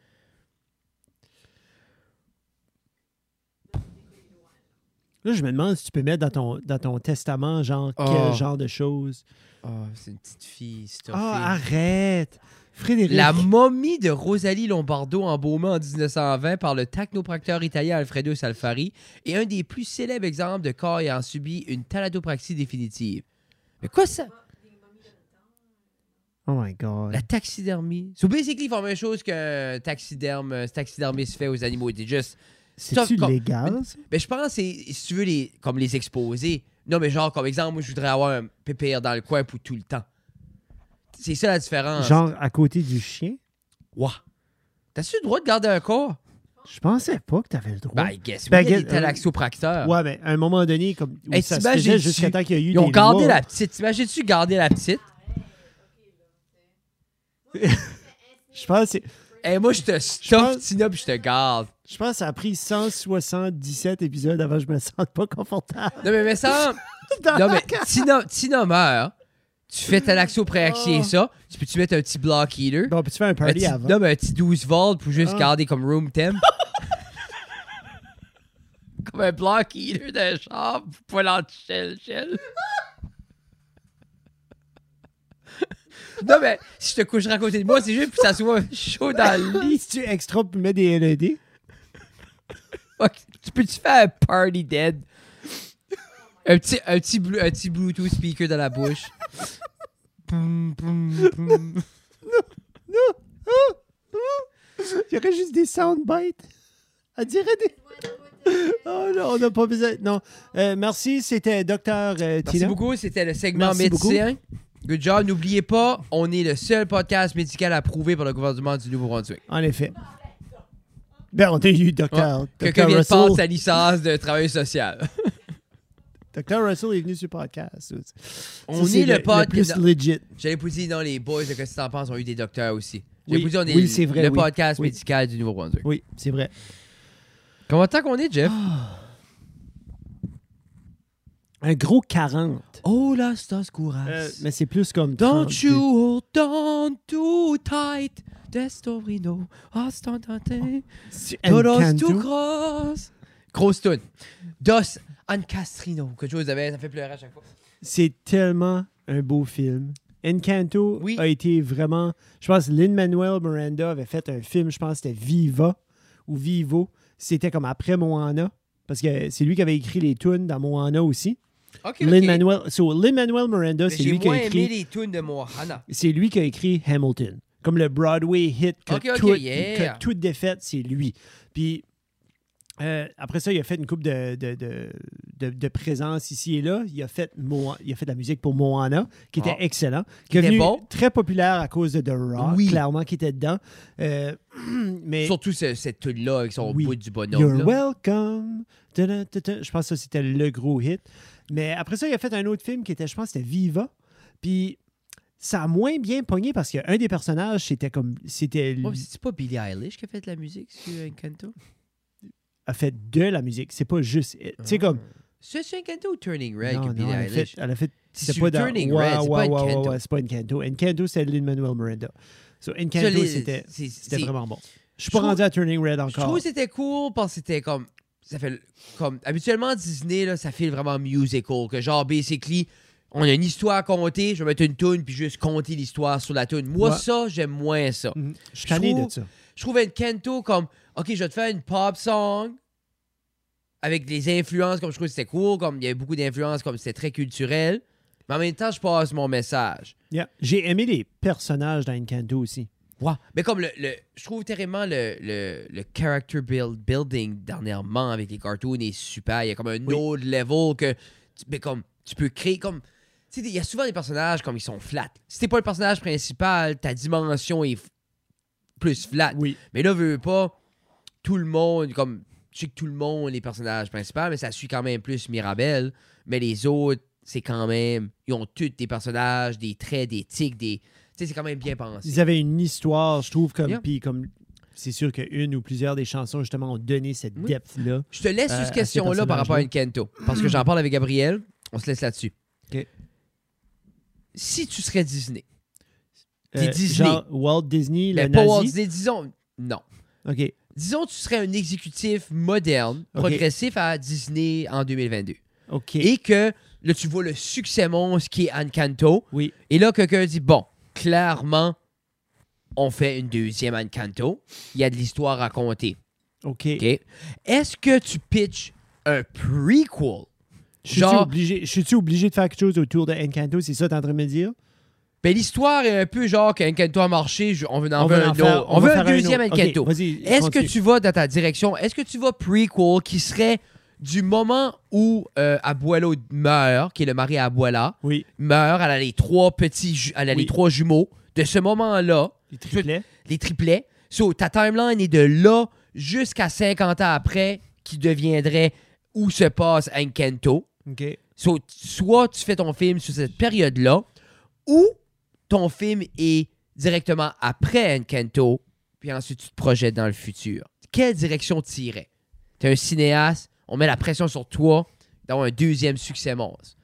S2: Là, je me demande si tu peux mettre dans ton, dans ton testament, genre,
S1: Oh.
S2: quel genre de choses.
S1: Oh, c'est une petite fille, stuffée.
S2: Ah, arrête! Frédéric.
S1: La momie de Rosalie Lombardo embaumée en 1920 par le technopracteur italien Alfredo Salfari est un des plus célèbres exemples de corps ayant subi une thaladopraxie définitive. Mais quoi ça?
S2: Oh my God.
S1: La taxidermie. So basically, ils font la même chose qu'un taxiderme, euh, un taxidermiste fait aux animaux. C'est juste.
S2: C'est-tu
S1: Sauf qu'on-
S2: légal? ça?
S1: Mais je pense, que Ah, c'est- si tu veux, les, comme les exposer. Non, mais genre, comme exemple, moi, je voudrais avoir un pépère dans le coin pour tout le temps. C'est ça la différence.
S2: Genre, à côté du chien?
S1: Ouah. T'as-tu le droit de garder un corps?
S2: Je pensais pas que t'avais le droit.
S1: Ben, I guess.
S2: Ben,
S1: oui, il y a
S2: guess-
S1: des thalaxopracteurs.
S2: ouais, mais à un moment donné, comme oui,
S1: Hey,
S2: ça se
S1: t'imagines-tu-
S2: faisait jusqu'à temps qu'il y a eu
S1: Ils ont
S2: des
S1: gardé
S2: lois.
S1: la petite. T'imagines-tu garder la petite?
S2: Je pense, que c'est-
S1: Hey, moi, je te
S2: pense-
S1: stuff, Tina, puis je te garde.
S2: je pense que ça a pris 177 épisodes avant que je me sente pas confortable.
S1: Non, mais, mais ça.
S2: Dans
S1: non,
S2: la
S1: mais
S2: cage.
S1: Tina, Tina meurt. Tu fais
S2: Oh.
S1: thalaxopraxie et ça. Tu peux-tu mettre un petit block healer?
S2: Bon, puis tu fais un
S1: Un
S2: party
S1: petit,
S2: avant.
S1: non, mais un petit 12 volts pour juste
S2: Ah.
S1: garder comme room temp. comme un block healer de chambre pour pas l'antichelle. chelle. non, mais si je te coucherais à côté de moi, c'est juste pour que ça soit chaud dans le lit.
S2: si tu extra puis mets des E LED,
S1: Fuck, Tu peux-tu faire un party dead? Un petit, un petit, blu- un petit Bluetooth speaker dans la bouche. Poum, poum, poum.
S2: il y aurait juste des soundbites. On dirait des. Oh non, on n'a pas besoin. Non. Euh, merci, c'était Docteur euh,
S1: Merci
S2: Tina.
S1: beaucoup, c'était le segment
S2: Merci
S1: médecin. Good job. N'oubliez pas, on est le seul podcast médical approuvé par le gouvernement du Nouveau-Brunswick.
S2: En effet. Ben, on a eu Docteur.
S1: Quelqu'un
S2: Docteur
S1: vient de perdre
S2: Russell.
S1: sa licence de travail social.
S2: Docteur Russell est venu sur le podcast. aussi.
S1: On
S2: Ça, c'est
S1: est le podcast-
S2: plus legit.
S1: J'allais vous dire, non, les boys de Qu'est-ce que t'en penses ont eu des docteurs aussi. J'allais
S2: Oui,
S1: vous dire, on est
S2: oui,
S1: le-
S2: c'est vrai,
S1: le
S2: oui,
S1: podcast
S2: oui.
S1: médical du Nouveau-Brunswick.
S2: Oui, c'est vrai.
S1: Comment tant qu'on est, Jeff?
S2: Ah. Un gros 40.
S1: Oh là, Stas Courage.
S2: Euh, mais c'est plus comme.
S1: Don't
S2: 32.
S1: you hold on too tight, Ah, Destorino, ostentante,
S2: C'est
S1: Todos
S2: Encanto.
S1: to cross. Grosse tune. Dos Ancastrino, quelque chose de bien, ça me fait pleurer à chaque fois.
S2: C'est tellement un beau film. Encanto
S1: Oui.
S2: a été vraiment. Je pense Lin Manuel Miranda avait fait un film, je pense que c'était Viva ou Vivo. C'était comme après Moana. Parce que c'est lui qui avait écrit les tunes dans Moana aussi.
S1: Ok,
S2: Lin Manuel. So, Lin Manuel Miranda,
S1: Mais
S2: c'est
S1: J'ai
S2: lui qui
S1: moins
S2: a
S1: aimé
S2: écrit.
S1: les tunes de Moana.
S2: C'est lui qui a écrit Hamilton. Comme le Broadway hit que,
S1: Ok, ok,
S2: tout,
S1: yeah.
S2: que toute défaite, c'est lui. Puis euh, après ça, il a fait une coupe de, de, de, de- de présence ici et là. Il a fait, Moa- il a fait de la musique pour Moana, qui était
S1: Ah.
S2: excellent. Qui,
S1: Qui
S2: est
S1: était
S2: devenu
S1: bon.
S2: très populaire à cause de The Rock,
S1: Oui.
S2: clairement, qui était dedans. Euh, mais
S1: Surtout ce- cette tune-là avec son
S2: Oui.
S1: bout du bonhomme.
S2: You're
S1: là.
S2: welcome. Ta-da, ta-ta. Je pense que ça, c'était le gros hit. Mais après ça, il a fait un autre film qui était, je pense, que c'était Viva. Puis ça a moins bien pogné parce qu'un des personnages, c'était comme. C'était.
S1: Oh, C'est-tu pas Billie Eilish qui a fait de la musique sur Encanto?
S2: a fait de la musique. C'est pas juste. Tu sais,
S1: Ah.
S2: comme.
S1: C'est sur Encanto ou Turning Red
S2: non,
S1: que
S2: non,
S1: Billie
S2: elle, a fait,
S1: Eilish?
S2: elle a fait.
S1: C'est
S2: C'est
S1: sur
S2: pas dans.
S1: Turning
S2: Ouais,
S1: Red, c'est
S2: ouais,
S1: pas
S2: ouais, ouais,
S1: Encanto.
S2: ouais, c'est pas Encanto. Encanto, c'est Lin-Manuel Miranda. So,
S1: Ça,
S2: Encanto,
S1: les-
S2: c'était
S1: c'est-
S2: c'était
S1: c'est-
S2: vraiment bon. Je suis
S1: Je
S2: pas
S1: trouve-
S2: rendu à Turning Red
S1: Je trouve
S2: encore.
S1: que c'était cool parce que c'était comme. Ça fait comme. Habituellement, Disney, là, ça file vraiment musical. Que genre, basically, on a une histoire à compter, je vais mettre une tune puis juste compter l'histoire sur la tune. Moi,
S2: Ouais.
S1: ça, j'aime moins ça.
S2: Mhm. Je suis
S1: je
S2: tanné de
S1: trouve-
S2: ça.
S1: Je trouve Encanto comme. Ok, je vais te faire une pop song avec les influences, comme je trouve que c'était cool, comme il y avait beaucoup d'influences, comme c'était très culturel. Mais en même temps, je passe mon message.
S2: Yeah. J'ai aimé les personnages dans Encanto aussi.
S1: Ouais. Mais comme le, le- je trouve carrément le, le, le character build, building dernièrement avec les cartoons est super. Il y a comme un
S2: Oui.
S1: autre level que tu, mais comme, tu peux créer comme. Tu sais, il y a souvent des personnages comme ils sont flats. Si t'es pas le personnage principal, ta dimension est f- plus flat.
S2: Oui.
S1: Mais là, veux veux pas, tout le monde, comme, je sais que tout le monde est les personnages principaux, mais ça suit quand même plus Mirabelle. Mais les autres, c'est quand même, ils ont tous des personnages, des traits, des tics, des. Tu sais, c'est quand même bien pensé.
S2: Ils avaient une histoire, je trouve, comme.
S1: Yeah.
S2: Puis comme. c'est sûr qu'une ou plusieurs des chansons, justement, ont donné cette
S1: Oui.
S2: depth-là.
S1: Je te laisse
S2: Euh,
S1: sur
S2: à
S1: cette
S2: ces
S1: question-là par rapport à une Kento. Parce que j'en parle avec Gabriel. On se laisse là-dessus.
S2: OK.
S1: Si tu serais Disney, T'es
S2: Euh,
S1: Disney.
S2: Genre Walt Disney,
S1: mais
S2: le
S1: pas
S2: nazi.
S1: Walt Disney, disons, non.
S2: OK.
S1: Disons, tu serais un exécutif moderne,
S2: OK.
S1: progressif à Disney en 2022.
S2: OK.
S1: Et que là, tu vois le succès monstre qui est Encanto.
S2: Oui.
S1: Et là, quelqu'un dit bon, clairement, on fait une deuxième Encanto. Il y a de l'histoire à raconter.
S2: OK.
S1: OK? Est-ce que tu pitches un prequel?
S2: Je suis-tu
S1: Genre-
S2: obligé, je suis-tu obligé de faire quelque chose autour de Encanto? C'est ça que t'es en train de me dire?
S1: Ben, l'histoire est un peu genre qu'Encanto a marché, je- on veut en
S2: va
S1: faire un
S2: en
S1: autre.
S2: faire-
S1: on,
S2: va
S1: veut un
S2: faire
S1: deuxième
S2: autre. OK,
S1: Encanto.
S2: vas-y,
S1: Est-ce que
S2: continue.
S1: tu vas dans ta direction? Est-ce que tu vas prequel qui serait du moment où euh, Abuelo meurt, qui est le mari à Abuela,
S2: Oui.
S1: meurt, elle a les trois petits, ju- elle a les
S2: Oui.
S1: trois jumeaux. De ce moment-là,
S2: Les triplets.
S1: les triplets. So, ta timeline est de là jusqu'à 50 ans après, qui deviendrait où se passe Encanto.
S2: OK.
S1: So, t- soit tu fais ton film sur cette période-là, ou ton film est directement après Encanto, puis ensuite tu te projettes dans le futur. Quelle direction tirer? T'es un cinéaste, on met la pression sur toi d'avoir un deuxième succès monstre.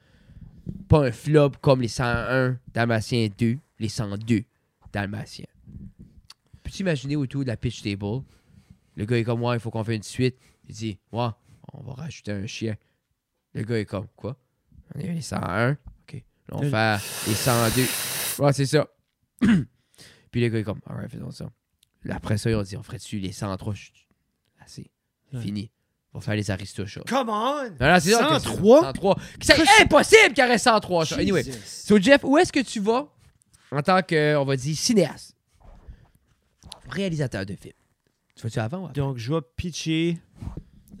S1: Pas un flop comme les 101 Dalmatiens 2, les 102 Dalmatiens. Peux-tu imaginer autour de la pitch table, le gars est comme, ouais, il faut qu'on fasse une suite. Il dit, ouais, on va rajouter un chien. Le gars est comme, quoi? On est les 101. OK. Là, on
S2: Euh.
S1: fait les 102. Ouais, c'est ça. Puis le gars est comme, alright, faisons ça. Là, Après ça, ils ont dit, on ferait-tu les 103? Chut, chut. Assez. C'est
S2: Ouais.
S1: Fini. On va faire les aristochats.
S2: Come on!
S1: Non, non, c'est ça,
S2: 103?
S1: 103. C'est impossible qu'il y aurait
S2: Oh,
S1: 103 chats. Anyway. So, Jeff, où est-ce que tu vas en tant que, on va dire, cinéaste? Réalisateur de film. Tu vas-tu avant ou après?
S2: Donc, je vais pitcher.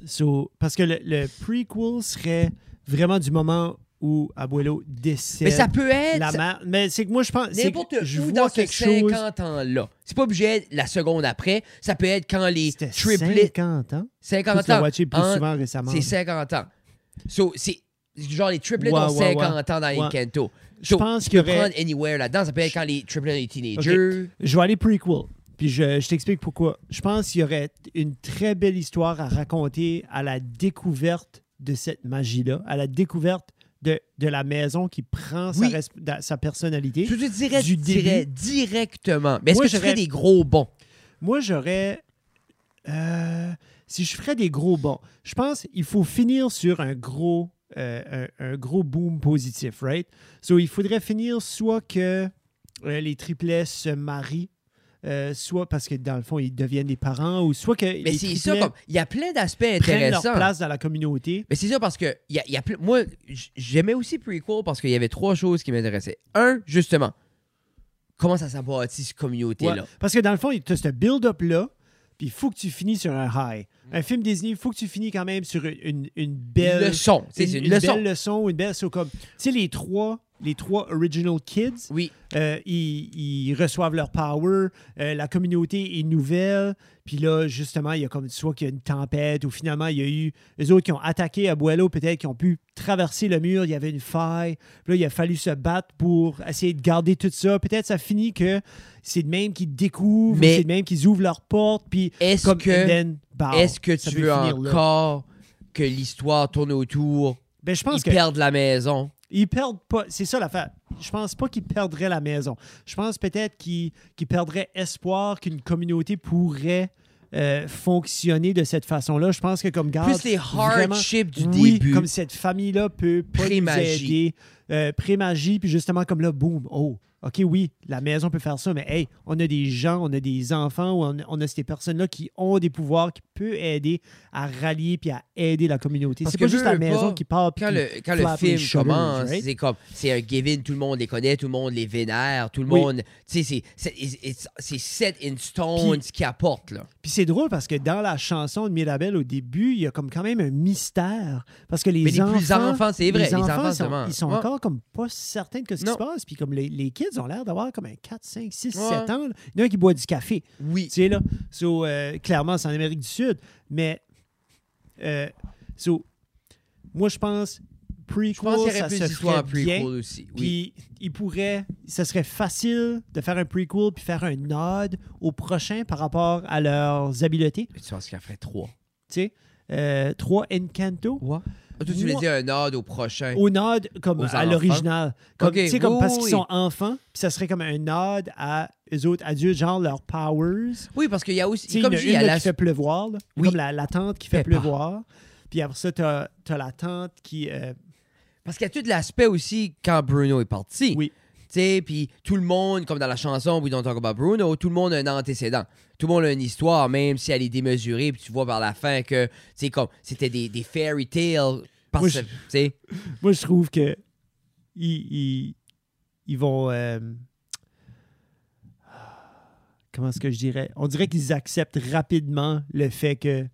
S2: So, parce que le, le prequel serait vraiment du moment où Abuelo décède.
S1: Mais ça peut être
S2: la
S1: ça-
S2: mère. Mais c'est que moi, je pense. c'est que
S1: n'importe
S2: je
S1: où
S2: vois
S1: dans ces
S2: quelque chose.
S1: 50 ans-là. C'est pas obligé d'être la seconde après. Ça peut être quand les
S2: C'était
S1: triplets...
S2: 50 ans. Toi,
S1: 50
S2: tu l'as
S1: ans.
S2: watché plus
S1: En-
S2: souvent récemment.
S1: C'est 50 ans. So, c'est genre les triplets
S2: Ouais,
S1: ont
S2: ouais,
S1: 50 ans dans
S2: Ouais.
S1: Encanto.
S2: Je
S1: So,
S2: pense
S1: tu
S2: qu'il y
S1: peux
S2: aurait-
S1: prendre Anywhere là-dedans. Ça peut être quand les triplets ont des teenagers.
S2: Je vais aller prequel. Puis je, je t'explique pourquoi. Je pense qu'il y aurait une très belle histoire à raconter à la découverte de cette magie-là, à la découverte de, de la maison qui prend sa
S1: Oui.
S2: res- da- sa, personnalité.
S1: Je te dirais,
S2: Du
S1: tu dirais directement. Mais est-ce
S2: Moi,
S1: que tu
S2: j'aurais-
S1: ferais des gros bons?
S2: Moi, j'aurais. euh, si je ferais des gros bons, je pense qu'il faut finir sur un gros, euh, un, un gros boom positif, right? So, il faudrait finir soit que euh, les triplets se marient, euh, soit parce que dans le fond, ils deviennent des parents, ou soit que.
S1: Mais
S2: les
S1: c'est ça,
S2: triplets
S1: comme. Il y a plein d'aspects
S2: prennent leur
S1: intéressants.
S2: place dans la communauté.
S1: Mais c'est ça parce que il y a, il y a ple- moi, j- j'aimais aussi Prequel parce qu'il y avait trois choses qui m'intéressaient. Un, justement, comment ça s'est bâti, cette
S2: Ouais.
S1: communauté-là.
S2: Parce que dans le fond, tu as ce build-up-là, puis il faut que tu finis sur un high. Un film Disney, il faut que tu finis quand même sur une- une, une
S1: Une
S2: belle.
S1: leçon. tu sais,
S2: une,
S1: C'est une,
S2: une
S1: leçon.
S2: belle leçon, une belle. so comme, tu sais, les trois, les trois original kids,
S1: Oui.
S2: euh, ils, ils reçoivent leur power, euh, la communauté est nouvelle, puis là, justement, il y a comme soit qu'il y a une tempête, ou finalement, il y a eu les autres qui ont attaqué Abuelo, peut-être qui ont pu traverser le mur, il y avait une faille, puis là, il a fallu se battre pour essayer de garder tout ça. Peut-être ça finit que c'est de même qu'ils découvrent, ou
S1: Mais-
S2: c'est de même qu'ils ouvrent leurs portes, puis
S1: Est-ce
S2: comme
S1: que,
S2: and then, bow,
S1: est-ce que
S2: ça
S1: tu
S2: peut
S1: veux
S2: finir là.
S1: encore que l'histoire tourne autour,
S2: Ben, je
S1: ils
S2: pense que
S1: perdent la maison?
S2: Ils perdent pas. C'est ça l'affaire. Je pense pas qu'ils perdraient la maison. Je pense peut-être qu'ils qu'ils perdraient espoir qu'une communauté pourrait euh, fonctionner de cette façon-là. Je pense que comme garde.
S1: Plus les
S2: vraiment-
S1: hardships du
S2: oui,
S1: début.
S2: comme cette famille-là peut pas nous
S1: Pré-magie.
S2: aider. Euh, Pré-magie, puis justement, comme là, boum, oh, OK, oui, la maison peut faire ça, mais hey, on a des gens, on a des enfants, ou on, on a ces personnes-là qui ont des pouvoirs qui peuvent aider à rallier puis à aider la communauté.
S1: Parce
S2: C'est
S1: que
S2: pas juste
S1: veux,
S2: la
S1: veux
S2: maison
S1: pas,
S2: qui part. puis
S1: Quand
S2: qui-
S1: le, quand le
S2: flap les
S1: film
S2: shoulders,
S1: commence,
S2: right?
S1: c'est comme, c'est un given, tout le monde les connaît, tout le monde les vénère, tout le
S2: Oui.
S1: monde, tu sais, c'est- c'est- c'est c'est set in stone
S2: Puis-
S1: ce qui apporte, là.
S2: Puis c'est drôle parce que dans la chanson de Mirabel au début, il y a comme quand même un mystère parce que les
S1: Mais les
S2: enfants,
S1: plus enfants, c'est vrai, les enfants
S2: ils sont,
S1: seulement.
S2: ils sont
S1: Ouais.
S2: encore comme pas certains de ce qui
S1: Non.
S2: se passe. Puis comme les, les kids ont l'air d'avoir comme un 4, 5, 6,
S1: Ouais.
S2: 7 ans. là. Il y en a un qui boit du café.
S1: Oui.
S2: Tu sais là, So, euh, clairement c'est en Amérique du Sud, mais euh, so, moi je pense prequel,
S1: Je pense qu'il y
S2: ça
S1: aurait plus
S2: se ferait
S1: d'histoires
S2: bien.
S1: prequel aussi. Oui.
S2: Puis il pourrait, ça serait facile de faire un prequel puis faire un nod au prochain par rapport à leurs habiletés.
S1: Tu penses qu'il en ferait trois?
S2: Tu sais, euh, 3 Encanto.
S1: Quoi? Ah, toi, tu
S2: Moi-
S1: voulais dire un ordre au prochain.
S2: Au nod, comme
S1: Aux
S2: à
S1: enfants.
S2: l'original. Comme,
S1: Ok,
S2: tu sais, comme
S1: oui,
S2: parce
S1: oui,
S2: qu'ils
S1: oui.
S2: sont enfants, puis ça serait comme un nod à eux autres adultes, genre leurs powers.
S1: Oui, parce qu'il y a aussi.
S2: Tu sais, il y en
S1: comme
S2: a
S1: je dis,
S2: une
S1: il y a
S2: là,
S1: la.
S2: qui fait pleuvoir, là,
S1: Oui.
S2: comme la, la tante qui fait,
S1: Fait peur.
S2: pleuvoir. Puis après ça, t'as as la tante qui... euh,
S1: Parce qu'il y a tout l'aspect aussi quand Bruno est parti.
S2: Oui.
S1: Tu sais, puis tout le monde, comme dans la chanson We Don't Talk About Bruno, tout le monde a un antécédent. Tout le monde a une histoire, même si elle est démesurée. Puis tu vois par la fin que, tu sais, comme c'était des, des fairy tales. Parce
S2: Moi,
S1: que,
S2: je-
S1: tu sais,
S2: Moi, je trouve que ils, ils, ils vont. euh, comment est-ce que je dirais On dirait qu'ils acceptent rapidement le fait que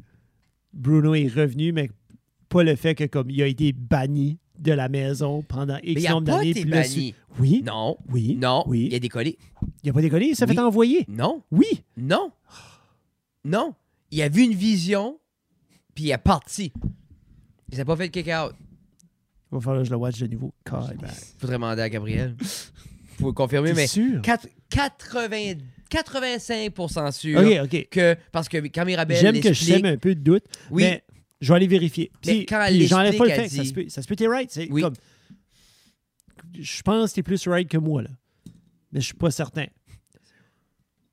S2: Bruno est revenu, mais pas le fait que comme il a été banni de la maison pendant
S1: mais
S2: X
S1: il a
S2: nombre
S1: pas
S2: d'années.
S1: été
S2: puis là, su-
S1: banni.
S2: Oui.
S1: Non.
S2: Oui.
S1: Non.
S2: Oui.
S1: Il a décollé.
S2: Il a pas décollé. Il s'est
S1: Oui.
S2: fait envoyer.
S1: Non.
S2: Oui.
S1: Non. Non. Il a vu une vision, puis il est parti. Il s'est pas fait kick out.
S2: Il va falloir que je le watch de nouveau. God, man.
S1: Faudrait demander à Gabriel. Faut confirmer,
S2: T'es
S1: mais
S2: sûr?
S1: Quatre- 80, 85% sûr
S2: Ok, ok.
S1: que parce que quand Mirabel
S2: J'aime que je
S1: l'explique-
S2: sème un peu de doute.
S1: oui, ben,
S2: Mais je vais aller vérifier.
S1: Mais
S2: Puis,
S1: quand elle
S2: puis j'enlève pas le fait.
S1: l'explique, elle
S2: que Ça se
S1: dit-
S2: peut, ça se peut, t'es right. C'est
S1: Oui.
S2: comme- je pense que t'es plus right que moi, là. Mais je suis pas certain.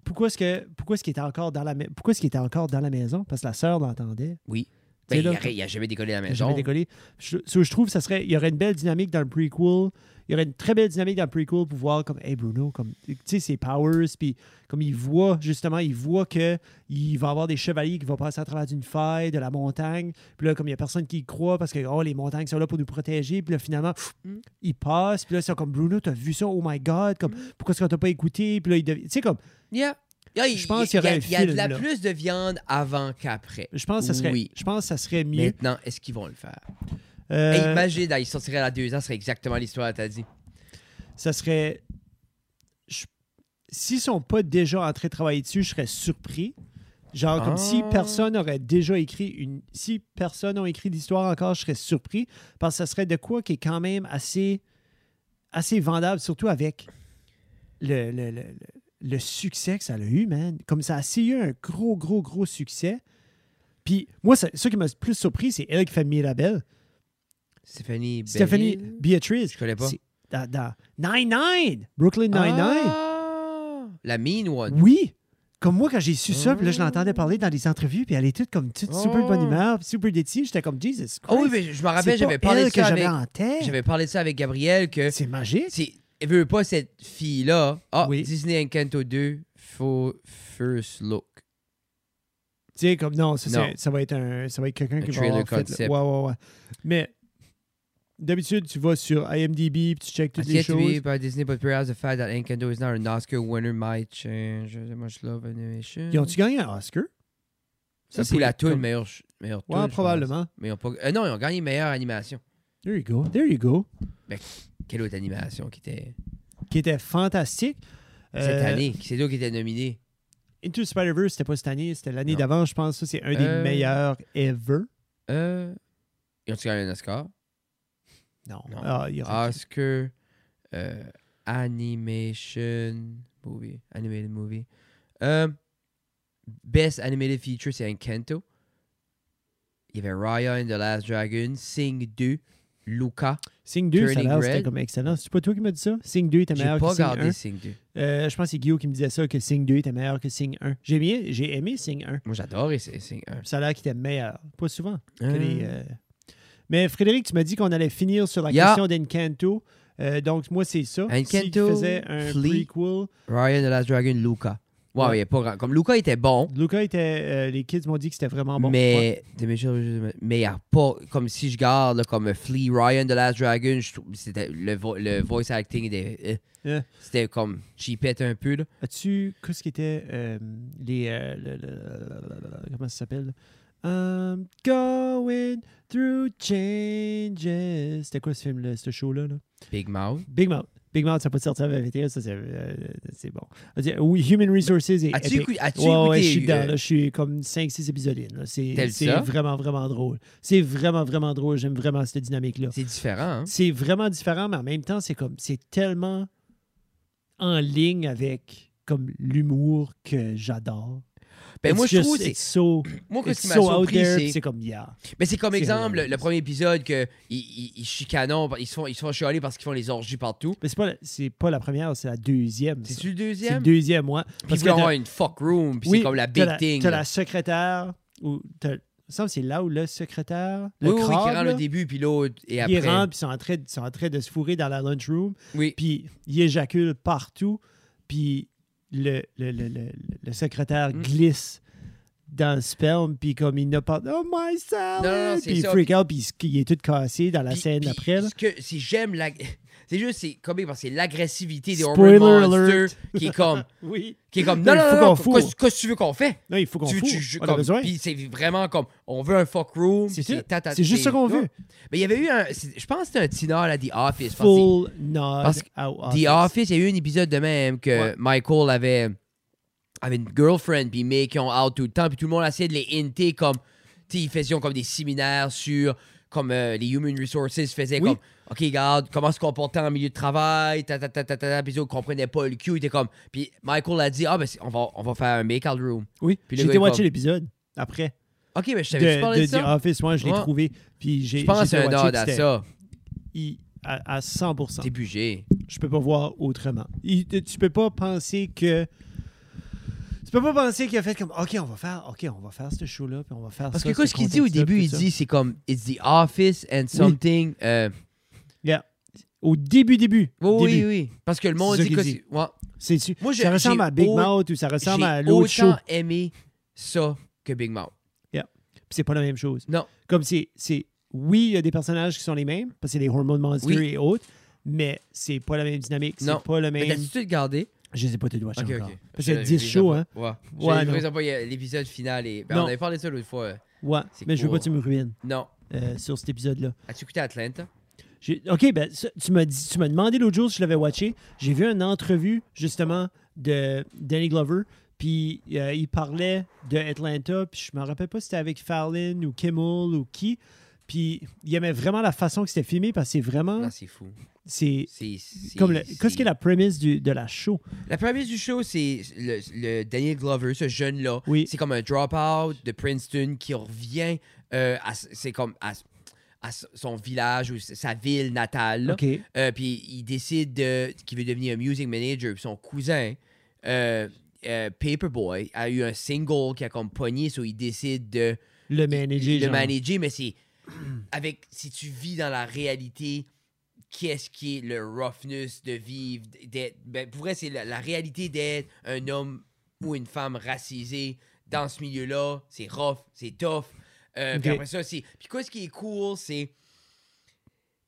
S2: Pourquoi est-ce que pourquoi est-ce qu'il était encore dans la ma- pourquoi est-ce qu'il était encore dans la maison parce que la sœur l'entendait
S1: oui.
S2: t'es
S1: Ben, il,
S2: là,
S1: a, il a jamais décollé la
S2: elle a jamais
S1: maison.
S2: décollé je, so, je trouve que ça serait il y aurait une belle dynamique dans le prequel il y aurait une très belle dynamique dans le prequel pour voir comme hey Bruno comme tu sais ses powers puis comme il voit justement il voit que il va avoir des chevaliers qui vont passer à travers d'une faille de la montagne puis là comme il y a personne qui y croit parce que oh les montagnes sont là pour nous protéger puis là finalement pff,
S1: Mm.
S2: ils passent puis là c'est comme Bruno t'as vu ça oh my god comme pourquoi est-ce qu'on t'a pas écouté puis là il dev- tu sais comme
S1: Yeah. Yeah, il-
S2: Je pense qu'il y
S1: il a-
S2: aurait un
S1: il y a de
S2: film,
S1: la
S2: là.
S1: plus de viande avant qu'après.
S2: je pense que ça serait
S1: Oui.
S2: je pense que ça serait mieux
S1: Maintenant, est-ce qu'ils vont le faire?
S2: Euh,
S1: Hey, imagine, là, ils sortiraient à deux ans, ce serait exactement l'histoire que t'as dit.
S2: ça serait. je- S'ils sont pas déjà en train de travailler dessus, je serais surpris. Genre, comme
S1: Ah.
S2: si personne aurait déjà écrit une. Si personne n'a écrit l'histoire encore, je serais surpris. Parce que ça serait de quoi qui est quand même assez. assez vendable, surtout avec le, le, le- le- le succès que ça a eu, man. Comme ça a assez eu un gros, gros, gros succès. Puis, moi, ça, ce qui m'a le plus surpris, c'est elle qui fait Mirabelle.
S1: Stéphanie
S2: Stephanie
S1: Bellil?
S2: Beatrice.
S1: Je connais pas.
S2: C'est Dans, dans Nine-Nine, Brooklyn Nine-Nine.
S1: Ah! La mean one.
S2: Oui. Comme moi, quand j'ai su ça, puis là, je l'entendais parler dans les entrevues, puis elle est toute comme toute super de bonne humeur, puis super déti. J'étais comme Jesus Christ.
S1: Oh oui, mais je me rappelle,
S2: C'est
S1: j'avais
S2: pas
S1: parlé de
S2: elle que
S1: ça
S2: j'avais
S1: avec...
S2: en tête.
S1: J'avais parlé de ça avec Gabriel que...
S2: C'est magique.
S1: C'est- Elle veut pas cette fille-là. Ah,
S2: Oui.
S1: Disney Encanto 2, faux first look.
S2: Tu sais, comme non, ça, c'est-
S1: Non.
S2: ça va être un, ça va être quelqu'un
S1: Un
S2: qui va
S1: trailer
S2: avoir fait, là.
S1: concept.
S2: Ouais, ouais, ouais. Mais d'habitude, tu vas sur IMDb, puis tu checkes toutes
S1: As
S2: les
S1: yet to be
S2: choses.
S1: by Disney, but perhaps the fact that Encanto is not an Oscar winner might change the much love animation.
S2: Ils ont-tu gagné un Oscar?
S1: ça,
S2: c'est
S1: c'est la tune
S2: comme-
S1: meilleure, ch- meilleure tune, je
S2: Ouais,
S1: pense.
S2: probablement.
S1: Mais ils ont pas... euh, non, ils ont gagné meilleure animation.
S2: There you go. There you go.
S1: Quelle autre animation qui était
S2: Qui était fantastique.
S1: cette
S2: Euh,
S1: année Qui c'est d'autres qui était nominé
S2: Into the Spider-Verse, c'était pas cette année, c'était l'année
S1: Non.
S2: d'avant, je pense. Ça, c'est un des
S1: Euh.
S2: meilleurs ever.
S1: euh... Ils ont-tu gagné un Oscar
S2: Non.
S1: Non.
S2: Ah, il y aura-
S1: Oscar euh, Animation Movie. Animated Movie. Euh, best Animated Feature, c'est Encanto. Il y avait Raya and the Last Dragon, Sing 2, Luca.
S2: Sing 2, ça a
S1: Turning
S2: l'air, c'était
S1: Red.
S2: comme excellent. C'est pas toi qui m'as dit ça? Sing 2 était
S1: J'ai
S2: meilleur
S1: pas
S2: que Sing
S1: regardé
S2: 1.
S1: Sing 2.
S2: Euh, je pense que c'est Guillaume qui me disait ça, que Sing 2 était meilleur que Sing 1. J'ai bien- j'ai aimé Sing 1.
S1: Moi, j'adorais Sing Sing 1.
S2: Ça a l'air qu'il était meilleur. Pas souvent. que
S1: Euh,
S2: les, euh, Mais Frédéric, tu m'as dit qu'on allait finir sur la
S1: Yeah.
S2: question d'Encanto. Euh, donc, moi, c'est ça. Si tu
S1: Encanto,
S2: faisais un
S1: Flea.
S2: prequel,
S1: Raya and the Last Dragon, Luca. Wow,
S2: Ouais.
S1: il y a pas grand. Comme Luca était bon,
S2: Luca était. euh, les kids m'ont dit que c'était vraiment Ah bon. Ouais.
S1: mais The Mitchell Revenge- mais il y a pas comme si je garde là, comme Flea Ryan de Last Dragon je trouve c'était le, vo- le voice acting était euh,
S2: Yeah.
S1: c'était comme cheapette un peu là.
S2: As-tu. Qu'est-ce qui était. euh, les. euh, le- le- le- comment ça s'appelle? I'm going through changes. C'était quoi ce film-là, ce show-là? là?
S1: Big Mouth
S2: Big Mouth. Big Mouth, ça n'a pas sorti avec VTL, ça c'est euh, c'est bon. Vas-y, euh, Oui, Human Resources et.
S1: As-tu
S2: épique.
S1: écou- as-tu
S2: Ouais, ouais,
S1: écouté,
S2: je suis dedans,
S1: euh,
S2: là, je suis comme 5-6 épisodes in, là. C'est
S1: T'aimes
S2: c'est
S1: ça?
S2: vraiment, vraiment drôle. C'est vraiment, vraiment drôle. J'aime vraiment cette dynamique-là.
S1: C'est différent. hein?
S2: C'est vraiment différent, mais en même temps, c'est comme c'est tellement en ligne avec comme l'humour que j'adore.
S1: Ben,
S2: It's
S1: moi, je
S2: just-
S1: trouve. c'est-
S2: it's so,
S1: Moi,
S2: it's
S1: qu'est-ce qui m'a
S2: so out
S1: surpris,
S2: there,
S1: c'est-
S2: puis c'est comme yeah.
S1: Mais c'est comme
S2: C'est
S1: exemple,
S2: hilarious.
S1: le premier épisode que ils, ils, ils chicanent, ils se font, ils se font chialer parce qu'ils font les orgies partout.
S2: Mais c'est pas la- c'est pas la première, c'est la deuxième. ça.
S1: C'est-tu le
S2: C'est le
S1: deuxième?
S2: deuxième, moi.
S1: Puis ils veulent avoir une fuck room, puis c'est comme la big thing.
S2: T'as
S1: là.
S2: la secrétaire, ou t'as- il me semble que c'est là où le secrétaire, le
S1: oui, oui, oui, qui
S2: crabe,
S1: rentre
S2: là,
S1: au début, puis l'autre, et
S2: il
S1: après.
S2: rentre, puis ils sont en, train, de- ils sont en train de se fourrer dans la lunchroom,
S1: Oui.
S2: puis il éjacule partout, puis le, le, le, le- le secrétaire
S1: Mm.
S2: glisse dans le sperme, puis comme il n'a pas... Oh my salad!
S1: Non, non, non, c'est
S2: puis il
S1: ça,
S2: freak out, puis il se- il, est tout cassé dans la
S1: Puis-
S2: scène
S1: puis
S2: après. là.
S1: ce que- si j'aime la... C'est juste, c'est comique parce que c'est l'agressivité des
S2: Spoiler
S1: Hormone
S2: alert.
S1: Monster qui est comme...
S2: Oui.
S1: Qui est comme,
S2: Non,
S1: non,
S2: il
S1: non,
S2: faut
S1: non,
S2: qu'on
S1: non,
S2: fourre.
S1: qu'est-ce qu'est-ce que tu veux qu'on fait?
S2: Non, il faut qu'on
S1: Tu veux- tu-
S2: fourre.
S1: je-
S2: On a
S1: comme-
S2: besoin.
S1: Puis c'est vraiment comme, on veut un fuck room.
S2: C'est
S1: puis
S2: ça.
S1: tata-
S2: C'est juste ça qu'on veut.
S1: Mais il y avait eu un... c'est- Je pense que c'était un tineur, là, The Office. parce que-
S2: Full nod
S1: parce que
S2: out
S1: The Office, il y a eu un épisode de même que
S2: Ah, Ouais.
S1: Michael avait, avait une girlfriend, puis mais qui ont out tout le temps, puis tout le monde essayait de les hinter comme. Tu sais, ils faisaient comme des séminaires sur. Comme euh, les Human Resources faisaient
S2: Oui.
S1: comme. OK, regarde, comment se comporter en milieu de travail, ta ta ta ta ta, ta puis ils comprenaient pas le Q, il était comme. Puis Michael a dit, ah, ben, c'est- on va, on va faire un make-out room.
S2: Oui,
S1: Puis le
S2: j'ai
S1: gars,
S2: été
S1: il
S2: watcher
S1: parle.
S2: l'épisode après.
S1: OK, mais je
S2: De,
S1: savais, tu parlais de,
S2: de The
S1: ça.
S2: Office, moi, je l'ai
S1: Ouais.
S2: trouvé. Puis j'ai.
S1: Je pense
S2: j'ai
S1: que c'est un
S2: été watcher,
S1: nod à
S2: puis
S1: ça.
S2: c'était- il- à, à 100%.
S1: T'es bugé.
S2: Je peux pas voir autrement. Il- tu peux pas penser que. Tu peux pas penser qu'il a fait comme OK, on va faire OK, on va faire ce show là puis on va faire
S1: Parce
S2: ça,
S1: que quoi,
S2: ce
S1: ce qu'il dit au
S2: contexte-là,
S1: début,
S2: tout
S1: il
S2: ça.
S1: dit, c'est comme, it's the office and something. euh,
S2: au début début.
S1: Oui, oui,
S2: début.
S1: oui. Parce que le monde
S2: C'est ça
S1: dit
S2: qu'il
S1: que.
S2: dit.
S1: c'est- ouais.
S2: C'est tu-
S1: Moi, j'ai-
S2: ça ressemble
S1: j'ai
S2: à Big
S1: au-
S2: Mouth ou ça ressemble à
S1: J'ai
S2: l'autre show.
S1: autant aimé ça que Big Mouth.
S2: Puis c'est pas la même chose.
S1: Non.
S2: Comme c'est, c'est oui, il y a des personnages qui sont les mêmes, parce que c'est les Hormone Monster
S1: Oui.
S2: et autres, mais c'est pas la même dynamique, c'est
S1: Non.
S2: pas le
S1: Mais
S2: même.
S1: t'as-tu tout gardé?
S2: Je sais pas, tu dois
S1: Ok,
S2: watcher Ben, encore.
S1: ok.
S2: Parce qu'il y a
S1: Je-
S2: 10
S1: je les ai
S2: shows,
S1: pas-
S2: hein.
S1: Ouais.
S2: Ouais,
S1: ouais
S2: non.
S1: je les ai pas, il y a l'épisode final. Et... ben,
S2: Non.
S1: on avait parlé de ça l'autre fois. euh,
S2: Ouais,
S1: C'est
S2: mais je veux pas
S1: court.
S2: que tu me ruines
S1: Non.
S2: euh, sur cet épisode-là.
S1: As-tu écouté Atlanta?
S2: J'ai- OK, ben, ça, tu m'as dit- tu m'as demandé l'autre jour si je l'avais watché. J'ai vu une entrevue, justement, de Danny Glover. Puis euh, il parlait de Atlanta. Puis je me rappelle pas si c'était avec Fallon ou Kimmel ou qui. Puis il aimait vraiment la façon que c'était filmé parce que c'est vraiment.
S1: Non, Ah, c'est fou.
S2: C'est
S1: C'est. c'est-
S2: Hein? comme le-
S1: c'est-
S2: Qu'est-ce qui est la premise du- de la show?
S1: La première du show, c'est le, le Daniel Glover, ce jeune-là.
S2: Oui.
S1: C'est comme un drop-out de Princeton qui revient euh, à, s- c'est comme à, s- à s- son village ou s- sa ville natale. là.
S2: OK.
S1: Euh, puis il décide de- qu'il veut devenir un music manager. Puis son cousin, euh, euh, Paperboy, a eu un single qui a comme pogné, so il décide de
S2: Le manager.
S1: le
S2: genre.
S1: manager. Mais c'est avec si tu vis dans la réalité, qu'est-ce qui est le roughness de vivre, d'être. ben, pour vrai, c'est la, la réalité d'être un homme ou une femme racisée dans ce milieu-là. C'est rough, c'est tough. Euh, puis
S2: Ok.
S1: après ça, c'est. Puis quoi, ce qui est cool, c'est.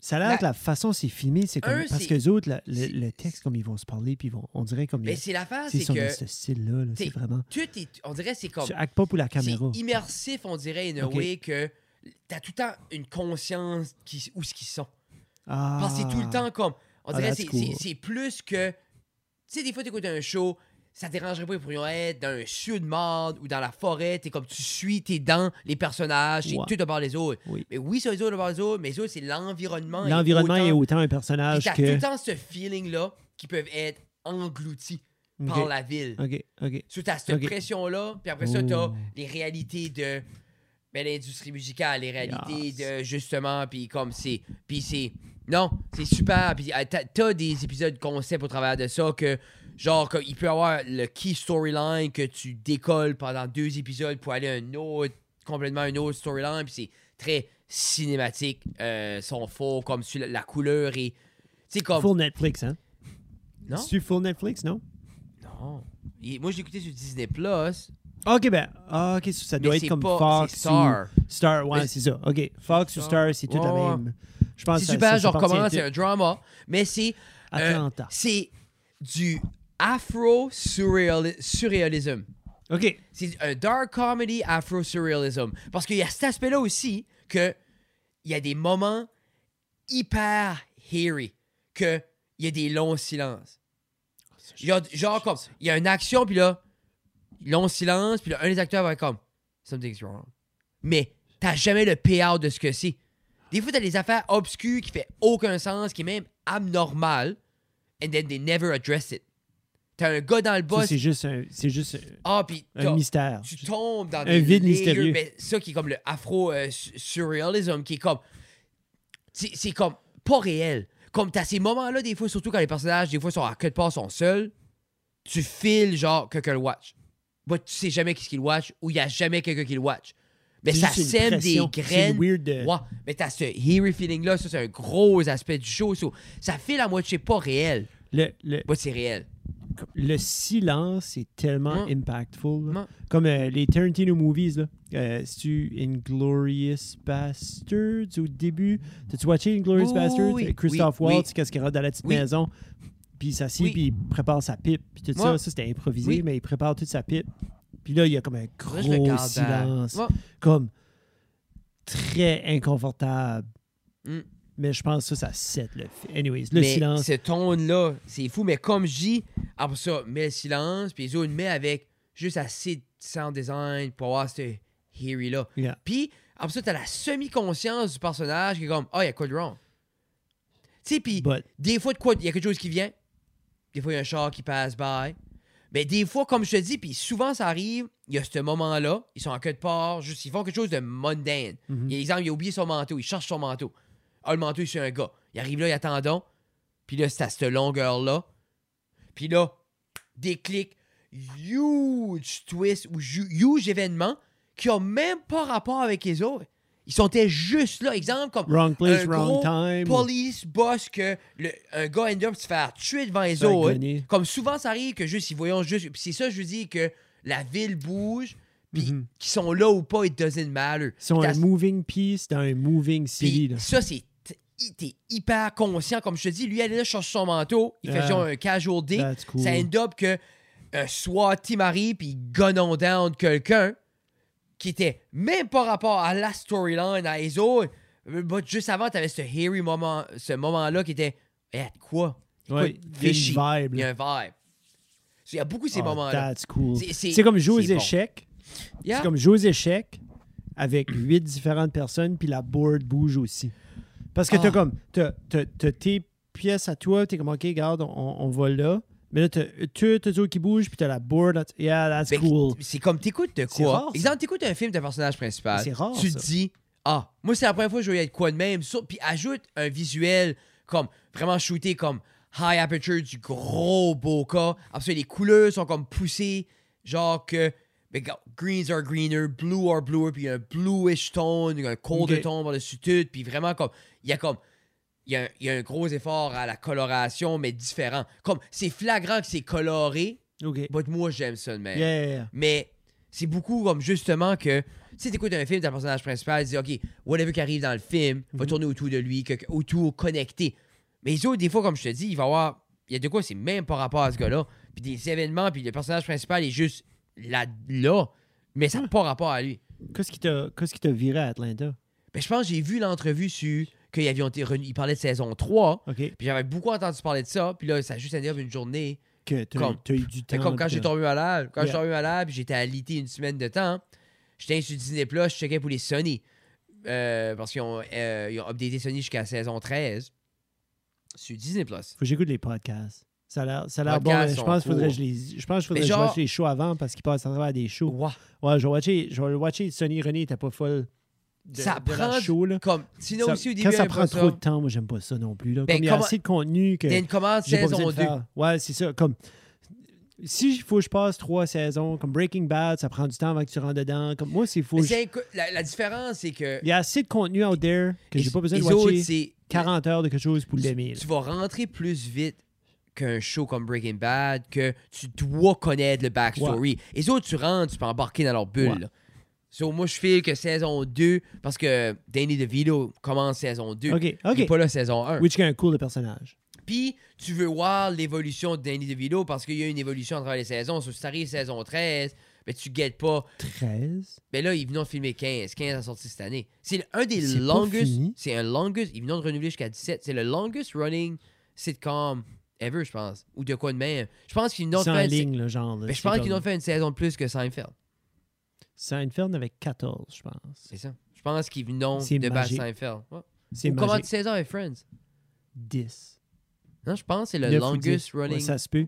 S2: Ça a l'air
S1: La-
S2: que la façon c'est filmé, c'est comme.
S1: Un,
S2: parce
S1: c'est-
S2: que les autres, la- le,
S1: c'est-
S2: le texte, comme ils vont se parler, puis ils vont, on dirait comme.
S1: Mais
S2: ils-
S1: ben, c'est l'affaire,
S2: tu sais,
S1: c'est
S2: ils sont dans
S1: que.
S2: ce style-là, là, c'est
S1: t'sais,
S2: vraiment.
S1: Tout est. On dirait, c'est comme.
S2: Tu hack pas pour la caméra.
S1: C'est immersif, on dirait, in a
S2: Ok.
S1: way, que t'as tout le temps une conscience qui, où ce qu'ils sont.
S2: Ah.
S1: Parce que c'est tout le temps comme. On
S2: Ah,
S1: dirait,
S2: that's
S1: c'est
S2: cool.
S1: c'est- c'est plus que. Tu sais, des fois, t'écoutes un show, ça te dérangerait pas, ils pourraient être dans un cieux de marde ou dans la forêt, t'es comme tu suis, t'es dans les personnages, t'es
S2: Ouais.
S1: tout de bord les autres.
S2: Oui.
S1: Mais oui, c'est les autres de bord les autres, mais les autres, c'est l'environnement. et
S2: L'environnement est
S1: autant-
S2: autant
S1: Puis
S2: un personnage
S1: t'as tout
S2: que.
S1: le temps ce feeling-là qui peuvent être engloutis par la ville.
S2: ok, ok.
S1: So, t'as cette
S2: Ok.
S1: pression-là, puis après ça, t'as
S2: Oh.
S1: les réalités de ben, l'industrie musicale, les réalités
S2: Yes.
S1: de justement, puis comme c'est. Puis c'est. Non, c'est super. Puis euh, t'as, t'as des épisodes concept au travers de ça que, genre, que il peut y avoir le key storyline que tu décolles pendant deux épisodes pour aller à un autre, complètement un autre storyline, puis c'est très cinématique, euh, son faux, comme sur la, la couleur et. Tu sais, comme.
S2: Full Netflix, hein?
S1: Non?
S2: C'est full Netflix, non?
S1: Non. Il- moi, j'ai écouté sur Disney Plus.
S2: Ok, ben. ah, ok, ça doit
S1: c'est
S2: être comme
S1: pas-
S2: Fox.
S1: c'est Star.
S2: Ou Star, ouais,
S1: Mais-
S2: c'est ça. Ok, Fox ou
S1: Star.
S2: Star, c'est tout la
S1: Ouais, ouais.
S2: même. Je
S1: C'est
S2: pense que ça-
S1: super,
S2: ça
S1: genre
S2: s'appartient
S1: comment
S2: à
S1: c'est un drama, mais c'est
S2: tout.
S1: euh,
S2: Atlanta.
S1: c'est du afro surréalisme.
S2: Ok,
S1: C'est un dark comedy afro surréalisme parce qu'il y a cet aspect-là aussi que il y a des moments hyper hairy que il y a des longs silences.
S2: Ah,
S1: Genre, genre comme, il y a une action, puis là, long silence, puis là, un des acteurs va être comme, something's wrong. Mais t'as jamais le payout de ce que c'est. Des fois, t'as des affaires obscures qui fait aucun sens, qui est même abnormal, and then they never address it. T'as un gars dans le
S2: Ça,
S1: boss,
S2: C'est juste un, c'est juste un-
S1: ah, puis
S2: un
S1: t'as-
S2: mystère.
S1: tu tombes dans
S2: Un
S1: des
S2: vide
S1: layers,
S2: mystérieux.
S1: Mais ça qui est comme le afro-surrealism, qui est comme. C'est c'est comme pas réel. Comme t'as ces moments-là, des fois, surtout quand les personnages, des fois, sont à queue de part, sont seuls, tu files genre quelqu'un le watch. Bah, tu sais jamais qu'est-ce qu'il watch ou il y a jamais quelqu'un qui le watch. Mais
S2: C'est
S1: ça
S2: juste une
S1: sème des
S2: pression. C'est
S1: graines.
S2: weird de-
S1: Ouais, mais t'as ce eerie feeling-là, ça, c'est un gros aspect du show. ça. ça file à moitié pas réel.
S2: Le, le,
S1: Bah, c'est réel.
S2: le silence est tellement
S1: Ouais.
S2: impactful. là.
S1: Ouais.
S2: Comme euh, les Tarantino movies, là. Euh, C'est-tu Inglorious Bastards au début? T'as-tu watché Inglorious
S1: Oui,
S2: Bastards?
S1: oui,
S2: Christophe
S1: oui,
S2: Waltz, qu'est-ce qu'il rentre dans la petite
S1: Oui.
S2: maison? Puis il s'assied,
S1: Oui.
S2: puis il prépare sa pipe, puis tout ça.
S1: Ouais.
S2: Ça, c'était improvisé,
S1: Oui.
S2: mais il prépare toute sa pipe. Puis là, il y a comme un
S1: Faudrait
S2: gros
S1: que je le garde à-
S2: silence.
S1: Ouais.
S2: Comme très inconfortable.
S1: Mm.
S2: Mais je pense que ça, ça set le film. Anyways, le
S1: mais
S2: silence.
S1: ce ton-là, c'est fou. Mais comme je dis, après ça, mets le silence, puis les autres met avec juste assez de sound design pour avoir ce Heary-là.
S2: Yeah.
S1: Puis après ça, t'as la semi-conscience du personnage qui est comme, oh, il y a quoi de wrong? Tu sais, puis
S2: But-
S1: des fois, de quoi, il y a quelque chose qui vient. Des fois, il y a un char qui passe by. Mais des fois, comme je te dis, puis souvent ça arrive, il y a ce moment-là, ils sont en queue de part, juste, ils font quelque chose de mundane.
S2: Mm-hmm.
S1: Il y a exemple, il a oublié son manteau, il cherche son manteau. Ah, le manteau, c'est un gars. Il arrive là, il attend donc. Puis là, c'est à cette longueur-là. Puis là, déclic, huge twist ou ju- huge événement qui ont même pas rapport avec les autres. Ils étaient juste là. Exemple, comme
S2: Wrong place,
S1: un
S2: wrong
S1: gros
S2: time.
S1: police boss que le- un gars end up se faire tuer devant les
S2: Se faire
S1: autres.
S2: gonner.
S1: Comme souvent, ça arrive que juste, ils voyons juste. Puis c'est ça, je veux dire, que la ville bouge. Puis
S2: Mhm.
S1: qu'ils sont là ou pas, it doesn't matter.
S2: Ils sont
S1: Puis
S2: un
S1: t'as-
S2: moving piece dans un moving city.
S1: puis
S2: là.
S1: ça, c'est. t- T'es hyper conscient. Comme je te dis, lui, elle est là, cherche son manteau. Il fait
S2: Ah.
S1: genre un casual day.
S2: That's cool.
S1: Ça end up que un SWAT team arrive puis il gun on down quelqu'un qui était même pas rapport à la storyline, à les autres. Euh, but juste avant, t'avais ce hairy moment, ce moment-là qui était. Eh, de quoi? De quoi
S2: Ouais,
S1: de
S2: il y
S1: fishy?
S2: a une vibe.
S1: Il y
S2: là.
S1: a un vibe. So, Il y a beaucoup de ces
S2: Ah,
S1: moments-là.
S2: That's cool.
S1: C'est- c'est-
S2: C'est comme jouer aux
S1: c'est bon.
S2: échecs.
S1: Yeah.
S2: C'est comme jouer aux échecs avec huit différentes personnes, puis la board bouge aussi. Parce que
S1: Ah.
S2: t'as comme, t'as t'as- t'as tes pièces à toi, t'es comme, OK, regarde, on, on va là. Mais là, t'as tu, t'as autres qui bougent, puis t'as la board. Yeah, that's
S1: Ben,
S2: cool.
S1: C'est comme t'écoutes de
S2: C'est
S1: quoi.
S2: rare, ça.
S1: Exemple, t'écoutes un film d'un personnage principal.
S2: C'est rare,
S1: Tu
S2: ça.
S1: te dis, ah, moi, c'est la première fois que je voyais de quoi de même. Sur- Puis ajoute un visuel comme vraiment shooté comme high aperture du gros beau cas. Après ça, les couleurs sont comme poussées, genre que. ben, regarde, greens are greener, blue are bluer, puis il y a un bluish tone, un cold
S2: Ok.
S1: tone par-dessus tout, puis vraiment comme, il y a comme, il y, a un- il y a un gros effort à la coloration, mais différent. Comme, c'est flagrant que c'est coloré,
S2: OK.
S1: but moi j'aime ça de même.
S2: Yeah, yeah, yeah.
S1: Mais c'est beaucoup comme justement que si t'écoutes un film d'un personnage principal, tu dis OK, whatever qui arrive dans le film va tourner autour de lui, que, que- autour connecté. Mais les autres, des fois, comme je te dis, il va y avoir. Il y a de quoi, c'est même pas rapport à ce gars-là. Puis des événements, puis le personnage principal est juste là, là mais ça n'a pas rapport à lui.
S2: Qu'est-ce qui t'a qu'est-ce qui t'a viré à Atlanta?
S1: Mais je pense que j'ai vu l'entrevue sur. Qu'il avait été re- il parlait de saison 3,
S2: OK.
S1: puis j'avais beaucoup entendu parler de ça, puis là, ça a juste à dire une journée.
S2: Que t'as
S1: Comme-
S2: t'as eu du
S1: Fait
S2: temps.
S1: comme quand
S2: puis
S1: j'ai
S2: t'as-
S1: tombé malade, quand
S2: Yeah.
S1: j'ai tombé malade, puis j'étais alité une semaine de temps, j'étais sur Disney Plus, je checkais pour les Sony. Euh, parce qu'ils ont, euh, ils ont updaté Sony jusqu'à saison 13 sur Disney Plus.
S2: Faut que j'écoute les podcasts. Ça a l'air, ça a l'air bon.
S1: Podcasts
S2: mais Je
S1: sont
S2: pense qu'il faudrait que je
S1: cool.
S2: les. Je pense qu'il faudrait
S1: Mais
S2: que je
S1: genre-
S2: watch les shows avant parce qu'ils passent à travers des shows.
S1: Wow.
S2: Ouais, je vais watcher, je vais le watcher. Sonny René était pas folle. De,
S1: Ça
S2: de leur
S1: prend-
S2: show, là.
S1: Comme, sinon
S2: Ça-
S1: aussi au début, hein,
S2: quand ça
S1: elle
S2: prend
S1: aime pas
S2: trop de temps, moi j'aime pas ça non plus. Là.
S1: Ben,
S2: comme il y a
S1: comment-
S2: assez de contenu que
S1: T'as une commande
S2: j'ai pas besoin
S1: saison
S2: de
S1: 2.
S2: faire. Ouais, c'est ça. Comme si faut que je passe trois saisons, comme Breaking Bad, ça prend du temps avant que tu rentres dedans. Comme moi, c'est faux.
S1: Mais c'est inco- la, la différence, c'est que.
S2: Il y a assez de contenu out there que
S1: les-
S2: j'ai pas besoin de
S1: les
S2: watcher
S1: autres, c'est-
S2: 40 heures de quelque chose pour l'aimer. là.
S1: tu vas rentrer plus vite qu'un show comme Breaking Bad, que tu dois connaître le backstory. Et Les autres, tu rentres, tu peux embarquer dans leur bulle.
S2: Ouais.
S1: là. So, moi, je file que saison 2, parce que Danny DeVito commence saison 2.
S2: Ok,
S1: Il est
S2: ok.
S1: pas là saison 1.
S2: Which est un cool de personnage.
S1: Puis, tu veux voir l'évolution de Danny DeVito parce qu'il y a une évolution à travers les saisons. So, si t'arrives saison 13, mais tu guettes pas.
S2: 13.
S1: Mais Ben là, ils venaient de filmer 15. 15 a sorti cette année. C'est le- un des
S2: C'est pas
S1: longest.
S2: fini.
S1: C'est un longest. Ils venaient de renouveler jusqu'à 17. C'est le longest running sitcom ever, je pense. Ou de quoi de même. Je pense qu'ils n'ont
S2: C'est en
S1: fait.
S2: ligne, le genre. là,
S1: Ben, je
S2: c'est
S1: pense
S2: comme-
S1: qu'ils ont fait une saison de plus que Seinfeld.
S2: Seinfeld avec 14, je pense.
S1: C'est ça. Je pense qu'ils n'ont
S2: C'est
S1: de battre
S2: magique.
S1: Seinfeld. Ouais.
S2: C'est
S1: Ou comment
S2: magique.
S1: de saison avec Friends.
S2: 10.
S1: Non, je pense que c'est le
S2: Neuf ou
S1: longest
S2: dix. Ouais,
S1: running.
S2: ça se peut.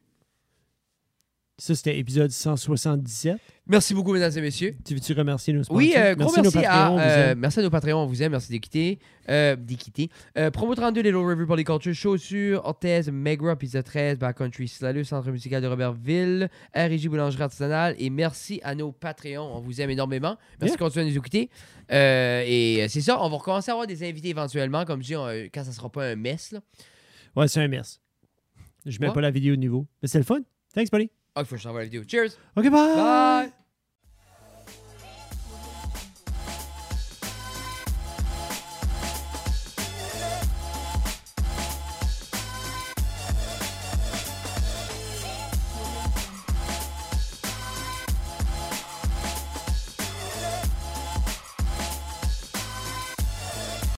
S2: Ça, c'était épisode 177.
S1: Merci beaucoup, mesdames et messieurs.
S2: Tu veux-tu remercier nos sponsors?
S1: Oui, euh, gros merci,
S2: nos Patreons, on vous
S1: à, euh,
S2: aime.
S1: merci à nos Patreons, on vous aime, merci d'équiter, euh, d'équiter. Euh, promo 32, les Low River Polyculture, Chaussures, Orthèse, Megra, Pizza 13, Backcountry, Slalus, Centre musical de Robertville, RJ Boulangerie Artisanale, et merci à nos Patreons, on vous aime énormément, merci
S2: Yeah.
S1: de continuer à nous écouter. Euh, et euh, c'est ça, on va recommencer à avoir des invités éventuellement, comme je dis, on- euh, quand ça sera pas un mess, là.
S2: Ouais, c'est un merci. Je mets
S1: Ouais.
S2: pas la vidéo de niveau. Mais c'est le fun. Thanks, buddy.
S1: Ok, faut que je t'envoie la vidéo. Cheers!
S2: OK, bye.
S1: Bye!